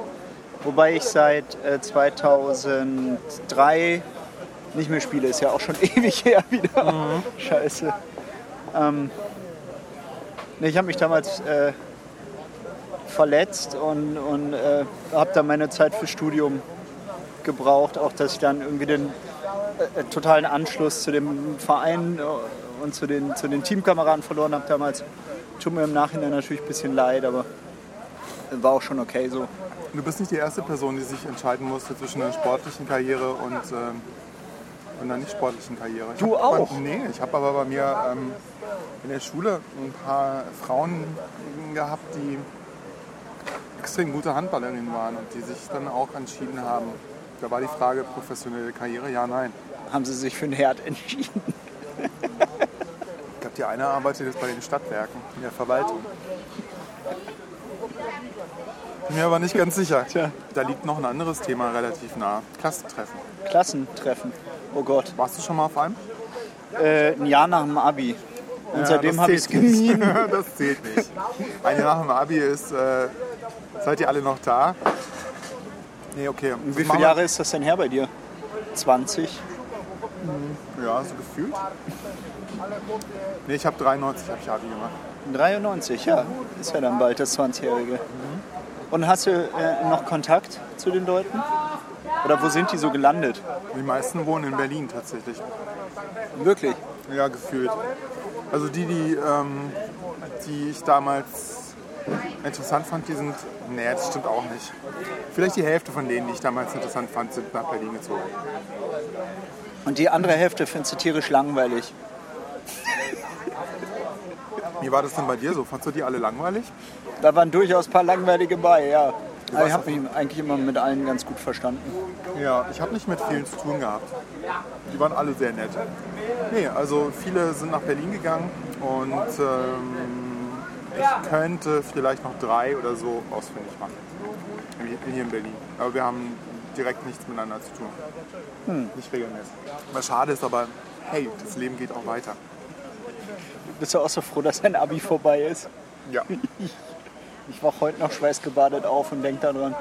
[SPEAKER 1] Wobei ich seit äh, 2003 nicht mehr spiele. Ist ja auch schon ewig her wieder. Scheiße. Ähm, nee, ich habe mich damals äh, verletzt und, und äh, habe dann meine Zeit fürs Studium gebraucht. Auch, dass ich dann irgendwie den äh, totalen Anschluss zu dem Verein äh, und zu den, zu den Teamkameraden verloren habe damals. Tut mir im Nachhinein natürlich ein bisschen leid, aber war auch schon okay so.
[SPEAKER 4] Du bist nicht die erste Person, die sich entscheiden musste zwischen einer sportlichen Karriere und, ähm, und einer nicht sportlichen Karriere. Ich
[SPEAKER 1] Du
[SPEAKER 4] hab-
[SPEAKER 1] auch?
[SPEAKER 4] nee, ich habe aber bei mir ähm, in der Schule ein paar Frauen gehabt, die extrem gute Handballerinnen waren und die sich dann auch entschieden haben. Da war die Frage professionelle Karriere, ja, nein.
[SPEAKER 1] Haben sie sich für den Herd entschieden.
[SPEAKER 4] Ich glaube, die eine arbeitet jetzt bei den Stadtwerken in der Verwaltung. Bin mir aber nicht ganz sicher. Da liegt noch ein anderes Thema relativ nah. Klassentreffen.
[SPEAKER 1] Klassentreffen. Oh Gott.
[SPEAKER 4] Warst du schon mal auf einem?
[SPEAKER 1] Äh, ein Jahr nach dem Abi. Und seitdem
[SPEAKER 4] das
[SPEAKER 1] habe ich es
[SPEAKER 4] zählt nicht.
[SPEAKER 1] gemieden.
[SPEAKER 4] das zählt nicht. Ein Jahr nach dem Abi ist äh, Seid ihr alle noch da? Nee, okay.
[SPEAKER 10] Wie viele Jahre ist das denn her bei dir? 20?
[SPEAKER 4] Ja, so gefühlt. Nee, ich habe 93 hab ich Abi gemacht.
[SPEAKER 10] 93, ja. Ist ja dann bald das 20-Jährige.
[SPEAKER 4] Mhm.
[SPEAKER 10] Und hast du äh, noch Kontakt zu den Leuten? Oder wo sind die so gelandet?
[SPEAKER 4] Die meisten wohnen in Berlin tatsächlich.
[SPEAKER 10] Wirklich?
[SPEAKER 4] Ja, gefühlt. Also die, die, ähm, die ich damals interessant fand, die sind. Nee, das stimmt auch nicht. Vielleicht die Hälfte von denen, die ich damals interessant fand, sind nach Berlin gezogen.
[SPEAKER 10] Und die andere Hälfte findest du tierisch langweilig.
[SPEAKER 4] Wie war das denn bei dir so? Fandst du die alle langweilig?
[SPEAKER 10] Da waren durchaus ein paar langweilige bei, ja. Aber ich
[SPEAKER 4] warst
[SPEAKER 10] habe mich eigentlich immer mit allen ganz gut verstanden.
[SPEAKER 4] Ja, ich habe nicht mit vielen zu tun gehabt. Die waren alle sehr nett. Nee, also viele sind nach Berlin gegangen und ähm, ich könnte vielleicht noch drei oder so ausfindig machen. Hier- Hier in Berlin. Aber wir haben direkt nichts miteinander zu tun. Nicht regelmäßig. Was schade ist, aber hey, das Leben geht auch weiter.
[SPEAKER 10] Bist du auch so froh, dass dein Abi vorbei ist?
[SPEAKER 4] Ja.
[SPEAKER 10] Ich wach heute noch schweißgebadet auf und denk daran.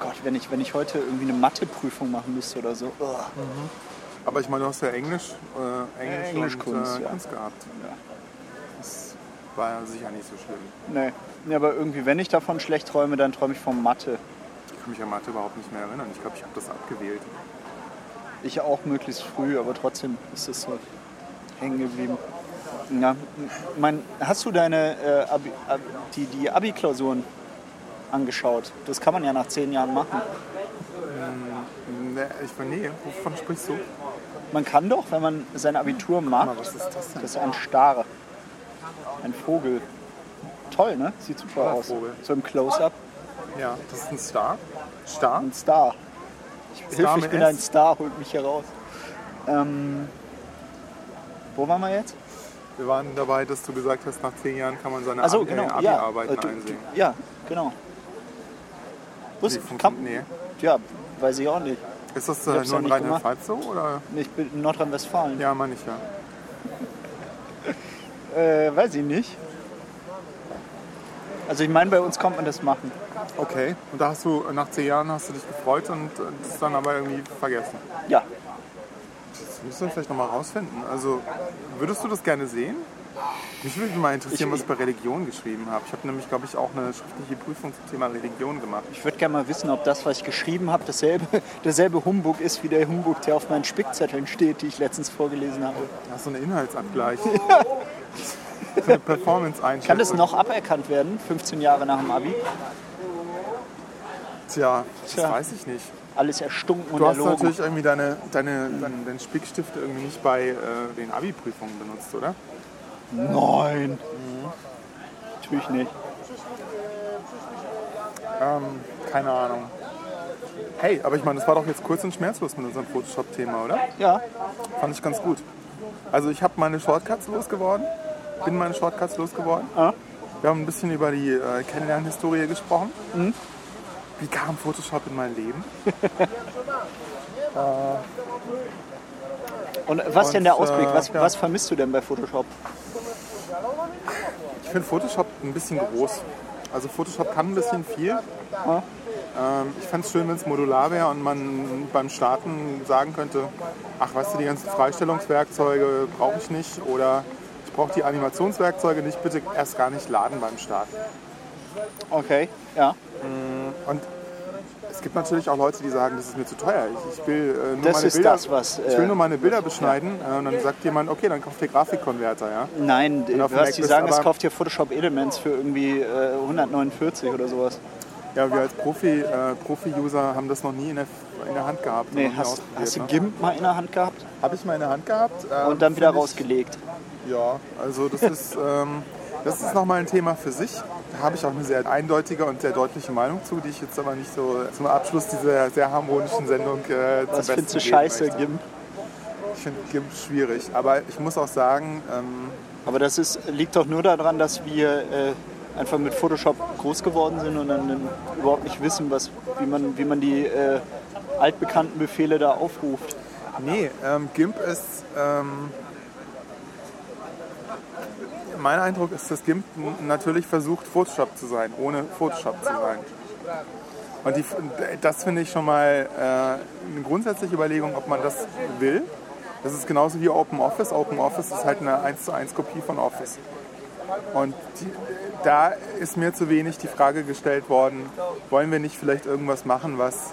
[SPEAKER 10] Gott, wenn ich, wenn ich heute irgendwie eine Matheprüfung machen müsste oder so. Ugh.
[SPEAKER 4] Aber ich meine, du hast ja Englisch, äh, Englisch,
[SPEAKER 10] Englischkunst,
[SPEAKER 4] und, äh,
[SPEAKER 10] ja.
[SPEAKER 4] Kunst gehabt.
[SPEAKER 10] Ja.
[SPEAKER 4] Das war ja sicher nicht so schlimm.
[SPEAKER 10] Nee. Ja, aber irgendwie, wenn ich davon schlecht träume, dann träume ich von Mathe.
[SPEAKER 4] Ich kann mich an Mathe überhaupt nicht mehr erinnern. Ich glaube, ich habe das abgewählt.
[SPEAKER 10] Ich auch möglichst früh, aber trotzdem ist es so hängen geblieben. Ja, mein, hast du deine äh, Abi, Ab- die, die Abi-Klausuren angeschaut? Das kann man ja nach zehn Jahren machen.
[SPEAKER 4] Nee, Ne, ich meine, nee, wovon sprichst du?
[SPEAKER 10] Man kann doch, wenn man sein Abitur macht,
[SPEAKER 4] was ist das denn?
[SPEAKER 10] das ist ein Star, ein Vogel. Toll, ne? Sieht super
[SPEAKER 4] Toller
[SPEAKER 10] aus.
[SPEAKER 4] Vogel.
[SPEAKER 10] So im Close-Up.
[SPEAKER 4] Ja, das ist ein Star. Star?
[SPEAKER 10] Ein Star. Hilf, ich
[SPEAKER 4] mit
[SPEAKER 10] bin
[SPEAKER 4] S?
[SPEAKER 10] ein Star, holt mich hier raus. Ähm, wo waren wir jetzt?
[SPEAKER 4] Wir waren dabei, dass du gesagt hast, nach zehn Jahren kann man seine
[SPEAKER 10] Also
[SPEAKER 4] Abi-
[SPEAKER 10] genau,
[SPEAKER 4] äh,
[SPEAKER 10] ja.
[SPEAKER 4] Abi-Arbeiten
[SPEAKER 10] Äh, du-
[SPEAKER 4] einsehen.
[SPEAKER 10] du- Ja, genau.
[SPEAKER 4] Nee,
[SPEAKER 10] Wusste
[SPEAKER 4] funkt-
[SPEAKER 10] kann,
[SPEAKER 4] nee.
[SPEAKER 10] Ja, weiß ich auch nicht.
[SPEAKER 4] Ist das
[SPEAKER 10] Ich
[SPEAKER 4] äh,
[SPEAKER 10] hab's
[SPEAKER 4] nur
[SPEAKER 10] ja
[SPEAKER 4] in
[SPEAKER 10] nicht
[SPEAKER 4] Rheinland-Pfalz so? Oder?
[SPEAKER 10] Ich bin in Nordrhein-Westfalen.
[SPEAKER 4] Ja, meine ich ja.
[SPEAKER 10] Äh, weiß ich nicht. Also ich meine, bei uns kommt man das machen.
[SPEAKER 4] Okay. Und da hast du, äh, nach zehn Jahren hast du dich gefreut und äh, das dann aber irgendwie vergessen.
[SPEAKER 10] Ja,
[SPEAKER 4] Das müssen wir vielleicht nochmal rausfinden. Also, würdest du das gerne sehen? Mich würde mal interessieren,
[SPEAKER 10] Ich-
[SPEAKER 4] was ich bei Religion geschrieben habe. Ich habe nämlich, glaube ich, auch eine schriftliche Prüfung zum Thema Religion gemacht.
[SPEAKER 10] ich würde gerne mal wissen, ob das, was ich geschrieben habe, dasselbe, derselbe Humbug ist wie der Humbug, der auf meinen Spickzetteln steht, die ich letztens vorgelesen habe.
[SPEAKER 4] Hast du einen Inhaltsabgleich? so eine Performance-Einschätzung.
[SPEAKER 10] Kann das noch aberkannt werden, 15 Jahre nach dem Abi?
[SPEAKER 4] Tja, das
[SPEAKER 10] Tja.
[SPEAKER 4] weiß ich nicht.
[SPEAKER 10] Alles erstunken und
[SPEAKER 4] Du hast
[SPEAKER 10] erlogen.
[SPEAKER 4] natürlich irgendwie deine, deine, deinen, deinen Spickstift irgendwie nicht bei äh, den Abi-Prüfungen benutzt, oder? Mhm.
[SPEAKER 10] Nein. Natürlich nicht.
[SPEAKER 4] Ähm, keine Ahnung. Hey, aber ich meine, das war doch jetzt kurz und schmerzlos mit unserem Photoshop-Thema, oder?
[SPEAKER 10] Ja,
[SPEAKER 4] Fand ich ganz gut. Also ich habe meine Shortcuts losgeworden. Bin meine Shortcuts losgeworden.
[SPEAKER 10] Ah.
[SPEAKER 4] Wir haben ein bisschen über die äh, Kennenlernhistorie gesprochen. Wie kam Photoshop in mein Leben?
[SPEAKER 10] Und was
[SPEAKER 4] Und,
[SPEAKER 10] denn der Ausblick?
[SPEAKER 4] äh,
[SPEAKER 10] Was,
[SPEAKER 4] ja.
[SPEAKER 10] was vermisst du denn bei Photoshop?
[SPEAKER 4] Ich finde Photoshop ein bisschen groß. Also Photoshop kann ein bisschen viel. Ähm, ich fände es schön, wenn es modular wäre und man beim Starten sagen könnte, ach weißt du, die ganzen Freistellungswerkzeuge brauche ich nicht oder ich brauche die Animationswerkzeuge nicht, bitte erst gar nicht laden beim Starten.
[SPEAKER 10] Okay, ja.
[SPEAKER 4] Und es gibt natürlich auch Leute, die sagen, das ist mir zu teuer. Ich, ich will äh, nur
[SPEAKER 10] Das
[SPEAKER 4] meine
[SPEAKER 10] ist
[SPEAKER 4] Bilder,
[SPEAKER 10] das, was,
[SPEAKER 4] ich will
[SPEAKER 10] äh,
[SPEAKER 4] nur meine Bilder beschneiden. Äh, und dann sagt jemand, okay, dann kauft ihr Grafikkonverter, ja.
[SPEAKER 10] Nein,
[SPEAKER 4] Und auf
[SPEAKER 10] du
[SPEAKER 4] dem Mac
[SPEAKER 10] hast die
[SPEAKER 4] bist
[SPEAKER 10] sagen, es
[SPEAKER 4] aber-
[SPEAKER 10] kauft hier Photoshop Elements für irgendwie äh, 149 oder sowas.
[SPEAKER 4] Ja, wir als Profi, äh, Profi-User haben das noch nie in der, in der Hand gehabt. und
[SPEAKER 10] Nee,
[SPEAKER 4] noch nie
[SPEAKER 10] hast,
[SPEAKER 4] ausprobiert,
[SPEAKER 10] hast du
[SPEAKER 4] ne?
[SPEAKER 10] GIMP mal in der Hand gehabt
[SPEAKER 4] Habe ich mal in der Hand gehabt. ähm,
[SPEAKER 10] und dann wieder
[SPEAKER 4] find ich-
[SPEAKER 10] rausgelegt.
[SPEAKER 4] Ja, also das ist, ähm, das ist nochmal ein Thema für sich. Da habe ich auch eine sehr eindeutige und sehr deutliche Meinung zu, die ich jetzt aber nicht so zum Abschluss dieser sehr harmonischen Sendung äh, zum
[SPEAKER 10] Was
[SPEAKER 4] Besten
[SPEAKER 10] findest du
[SPEAKER 4] geben
[SPEAKER 10] scheiße,
[SPEAKER 4] möchte.
[SPEAKER 10] GIMP?
[SPEAKER 4] Ich finde GIMP schwierig, aber ich muss auch sagen, ähm,
[SPEAKER 10] Aber das ist, liegt doch nur daran, dass wir äh, einfach mit Photoshop groß geworden sind und dann ähm, überhaupt nicht wissen, was, wie, man, wie man die äh, altbekannten Befehle da aufruft.
[SPEAKER 4] nee, ähm, GIMP ist, ähm, mein Eindruck ist, dass GIMP n- natürlich versucht, Photoshop zu sein, ohne Photoshop zu sein. Und die, das finde ich schon mal äh, eine grundsätzliche Überlegung, ob man das will. Das ist genauso wie Open Office. Open Office ist halt eine 1 zu 1 Kopie von Office. Und die, da ist mir zu wenig die Frage gestellt worden, wollen wir nicht vielleicht irgendwas machen, was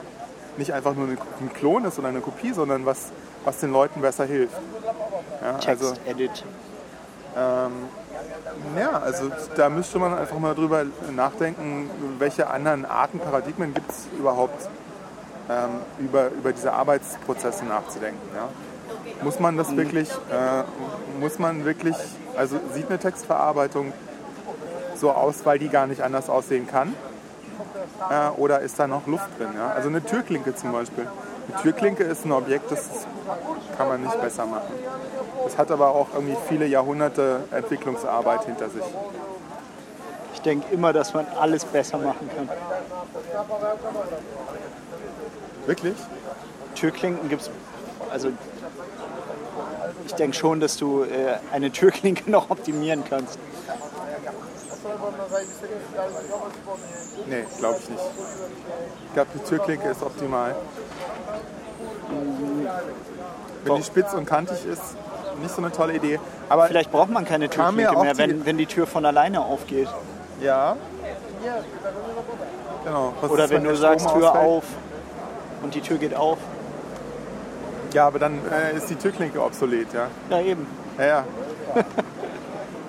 [SPEAKER 4] nicht einfach nur eine- ein Klon ist oder eine Kopie, sondern was, was den Leuten besser hilft. Ja, also,
[SPEAKER 10] Text, Edit.
[SPEAKER 4] ja, also da müsste man einfach mal drüber nachdenken, welche anderen Arten, Paradigmen gibt es überhaupt, ähm, über, über diese Arbeitsprozesse nachzudenken. Ja? Muss man das wirklich, äh, muss man wirklich, also sieht eine Textverarbeitung so aus, weil die gar nicht anders aussehen kann? Äh, oder ist da noch Luft drin? Ja? Also eine Türklinke zum Beispiel. Eine Türklinke ist ein Objekt, das kann man nicht besser machen. Es hat aber auch irgendwie viele Jahrhunderte Entwicklungsarbeit hinter sich.
[SPEAKER 10] Ich denke immer, dass man alles besser machen kann.
[SPEAKER 4] Wirklich?
[SPEAKER 10] Türklinken gibt es. Also, ich denke schon, dass du äh, eine Türklinke noch optimieren kannst.
[SPEAKER 4] Nee, glaube ich nicht. Ich glaube, die Türklinke ist optimal. Wenn die spitz und kantig ist, nicht so eine tolle Idee. Aber
[SPEAKER 10] Vielleicht braucht man keine
[SPEAKER 4] Kam mir
[SPEAKER 10] Türklinke
[SPEAKER 4] auch
[SPEAKER 10] mehr,
[SPEAKER 4] die-
[SPEAKER 10] wenn, wenn die Tür von alleine aufgeht.
[SPEAKER 4] ja. Genau. Was
[SPEAKER 10] Oder
[SPEAKER 4] ist,
[SPEAKER 10] wenn
[SPEAKER 4] der
[SPEAKER 10] du sagst,
[SPEAKER 4] Strom
[SPEAKER 10] Tür
[SPEAKER 4] ausfällt?
[SPEAKER 10] auf und die Tür geht auf.
[SPEAKER 4] Ja, aber dann äh, ist die Türklinke obsolet, ja.
[SPEAKER 10] Ja, eben.
[SPEAKER 4] Ja, ja.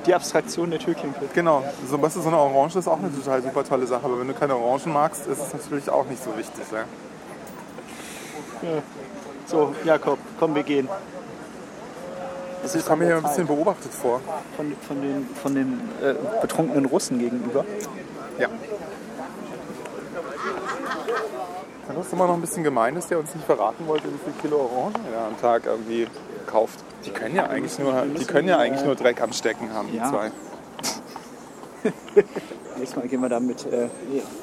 [SPEAKER 10] Die Abstraktion der Türklinke.
[SPEAKER 4] Genau. So, was ist so eine Orange ist auch eine total super tolle Sache. Aber wenn du keine Orangen magst, ist es natürlich auch nicht so wichtig. Ja.
[SPEAKER 10] So, Jakob, komm, wir gehen. Es
[SPEAKER 4] Ich
[SPEAKER 10] ist
[SPEAKER 4] komme
[SPEAKER 10] an
[SPEAKER 4] mir hier
[SPEAKER 10] der
[SPEAKER 4] ein bisschen
[SPEAKER 10] Zeit.
[SPEAKER 4] beobachtet vor.
[SPEAKER 10] von, von den, von den äh, betrunkenen Russen gegenüber.
[SPEAKER 4] Ja. Das ist immer noch ein bisschen gemein, dass der uns nicht verraten wollte, wie viel Kilo Orangen er am Tag irgendwie kauft. Die können ja eigentlich nur, die können ja eigentlich nur Dreck am Stecken haben, die
[SPEAKER 10] Ja.
[SPEAKER 4] zwei.
[SPEAKER 10] Nächstes Mal gehen wir da mit, äh,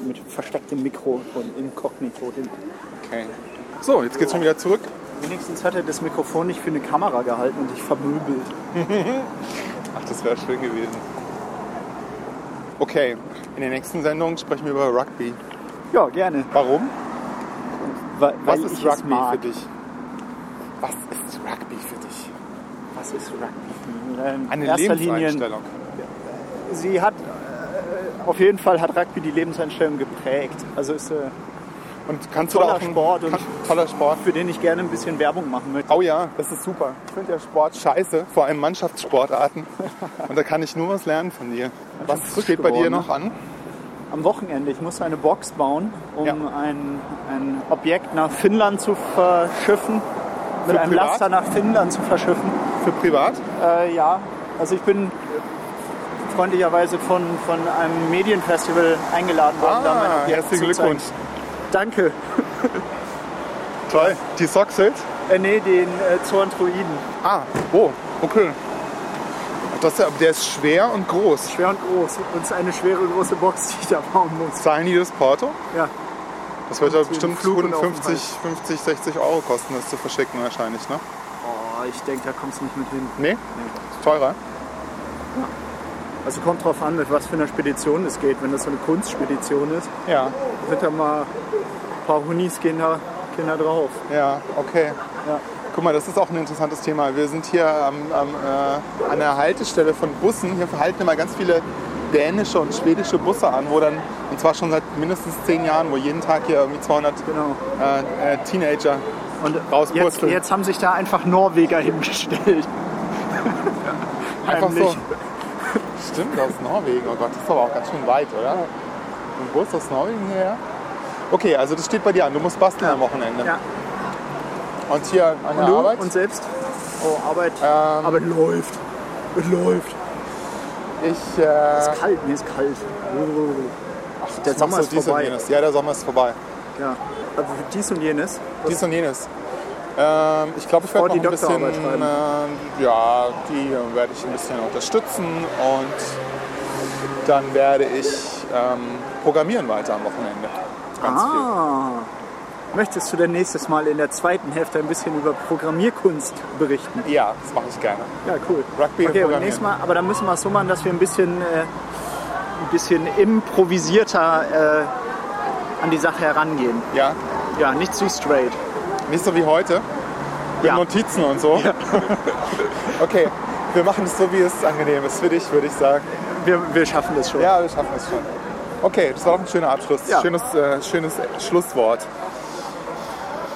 [SPEAKER 10] mit verstecktem Mikro und Inkognito hin.
[SPEAKER 4] Okay. So, jetzt geht's schon wieder zurück.
[SPEAKER 1] Wenigstens hat er das Mikrofon nicht für eine Kamera gehalten und dich vermöbelt.
[SPEAKER 4] Ach, das wäre schön gewesen. Okay, in der nächsten Sendung sprechen wir über Rugby.
[SPEAKER 10] Ja, gerne.
[SPEAKER 4] Warum?
[SPEAKER 10] Weil,
[SPEAKER 4] Was
[SPEAKER 10] weil
[SPEAKER 4] ist
[SPEAKER 10] ich es
[SPEAKER 4] Rugby
[SPEAKER 10] mag.
[SPEAKER 4] für dich? Was ist Rugby für dich?
[SPEAKER 10] Was ist Rugby? Ähm,
[SPEAKER 4] Eine
[SPEAKER 10] in erster Linie,
[SPEAKER 4] Lebenseinstellung.
[SPEAKER 10] sie hat, äh, auf jeden Fall hat Rugby die Lebenseinstellung geprägt. Also ist äh,
[SPEAKER 4] Und kannst du da
[SPEAKER 10] toller
[SPEAKER 4] auch ein,
[SPEAKER 10] Sport und
[SPEAKER 4] toller Sport.
[SPEAKER 10] für den ich gerne ein bisschen Werbung machen möchte.
[SPEAKER 4] Oh ja, das ist super. Ich finde ja Sport scheiße, vor allem Mannschaftssportarten. Und da kann ich nur was lernen von dir. Was
[SPEAKER 10] frisch
[SPEAKER 4] steht bei dir
[SPEAKER 10] geworden, ne?
[SPEAKER 4] noch an?
[SPEAKER 10] Am Wochenende, ich musste eine Box bauen, um
[SPEAKER 4] Ja.
[SPEAKER 10] ein, ein Objekt nach Finnland zu verschiffen. Mit
[SPEAKER 4] Für
[SPEAKER 10] einem
[SPEAKER 4] privat?
[SPEAKER 10] Laster nach Finnland zu verschiffen.
[SPEAKER 4] Für privat?
[SPEAKER 10] Äh, ja, also ich bin äh, freundlicherweise von, von einem Medienfestival eingeladen worden.
[SPEAKER 1] Ah,
[SPEAKER 10] da mein Objekt
[SPEAKER 4] Ah, herzlichen
[SPEAKER 10] zu zeigen.
[SPEAKER 4] Glückwunsch.
[SPEAKER 10] Danke.
[SPEAKER 4] Toll. Die Socks sind?
[SPEAKER 10] Äh, nee, den äh, Zoantruiden.
[SPEAKER 4] Ah, oh, okay. Das, der ist schwer und groß.
[SPEAKER 1] Schwer und
[SPEAKER 10] oh,
[SPEAKER 1] groß. Und es ist eine schwere, große Box, die ich da bauen muss.
[SPEAKER 4] Zahlen die das Porto?
[SPEAKER 1] Ja.
[SPEAKER 4] Das wird ja
[SPEAKER 1] Und den
[SPEAKER 4] bestimmt
[SPEAKER 1] Flug und
[SPEAKER 4] 50, 50, 60 Euro kosten, das zu verschicken wahrscheinlich, ne?
[SPEAKER 1] Oh, ich denke, da kommst du nicht mit hin.
[SPEAKER 4] Nee? Teurer?
[SPEAKER 1] Also kommt drauf an, mit was für einer Spedition es geht. Wenn das so eine Kunstspedition ist,
[SPEAKER 4] Ja.
[SPEAKER 1] sind da mal ein paar Hunis gehen da, gehen da drauf.
[SPEAKER 4] Ja, okay. Guck mal, das ist auch ein interessantes Thema. Wir sind hier am, am, äh, an der Haltestelle von Bussen. Hier halten immer ganz viele dänische und schwedische Busse an, wo dann, und zwar schon seit mindestens zehn Jahren, wo jeden Tag hier irgendwie 200
[SPEAKER 1] Genau.
[SPEAKER 4] äh, äh, Teenager
[SPEAKER 1] Und jetzt,
[SPEAKER 4] rauspurzeln.
[SPEAKER 1] jetzt haben sich da einfach Norweger hingestellt.
[SPEAKER 4] Einfach so.
[SPEAKER 1] heimlich.
[SPEAKER 4] Stimmt, aus Norwegen. Oh Gott, das ist aber auch ganz schön weit, oder? Ein Bus aus Norwegen hierher? Okay, also das steht bei dir an. Du musst basteln am Wochenende.
[SPEAKER 1] Ja.
[SPEAKER 4] Und hier an der
[SPEAKER 1] Du
[SPEAKER 4] Arbeit?
[SPEAKER 1] und selbst? Oh, Arbeit.
[SPEAKER 4] Ähm,
[SPEAKER 1] Arbeit läuft. Es läuft.
[SPEAKER 4] ich äh,
[SPEAKER 1] Es ist kalt, mir ist kalt. Oh. Der
[SPEAKER 4] Ich
[SPEAKER 1] Sommer
[SPEAKER 4] mach so
[SPEAKER 1] ist
[SPEAKER 4] dies und
[SPEAKER 1] vorbei.
[SPEAKER 4] jenes. Ja, der Sommer ist vorbei.
[SPEAKER 1] Ja. Also dies und jenes.
[SPEAKER 4] Dies und jenes. Ähm, ich glaube, ich werde
[SPEAKER 1] Oh,
[SPEAKER 4] noch
[SPEAKER 1] die
[SPEAKER 4] ein bisschen,
[SPEAKER 1] Doktorarbeit schreiben.
[SPEAKER 4] ähm, ja, die äh, werde ich ein bisschen unterstützen und dann werde ich ähm, programmieren weiter am Wochenende. Ganz
[SPEAKER 1] Ah,
[SPEAKER 4] viel.
[SPEAKER 1] Möchtest du denn nächstes Mal in der zweiten Hälfte ein bisschen über Programmierkunst berichten?
[SPEAKER 4] Ja, das mache ich gerne.
[SPEAKER 1] Ja, cool.
[SPEAKER 4] Rugby und
[SPEAKER 1] okay, und
[SPEAKER 4] Programmieren.
[SPEAKER 1] nächstes Mal, aber dann müssen wir es so machen, dass wir ein bisschen, äh, ein bisschen improvisierter äh, an die Sache herangehen.
[SPEAKER 4] Ja.
[SPEAKER 1] Ja, nicht zu straight.
[SPEAKER 4] Nicht so wie heute. Mit
[SPEAKER 1] Ja.
[SPEAKER 4] Notizen und so. okay, wir machen es so, wie es angenehm ist für dich, würde ich sagen.
[SPEAKER 1] Wir, wir schaffen das schon.
[SPEAKER 4] Ja, wir schaffen es schon. Okay, das war doch ein schöner Abschluss.
[SPEAKER 1] Ja.
[SPEAKER 4] Schönes, äh, schönes Schlusswort.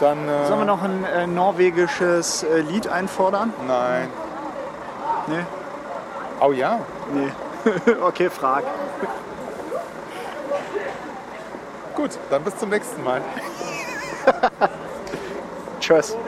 [SPEAKER 4] Dann. Äh,
[SPEAKER 1] Sollen wir noch ein äh, norwegisches äh, Lied einfordern?
[SPEAKER 4] Nein.
[SPEAKER 1] Nee?
[SPEAKER 4] Oh ja.
[SPEAKER 1] Nee. okay, frag.
[SPEAKER 4] Gut, dann bis zum nächsten Mal.
[SPEAKER 1] Tschüss.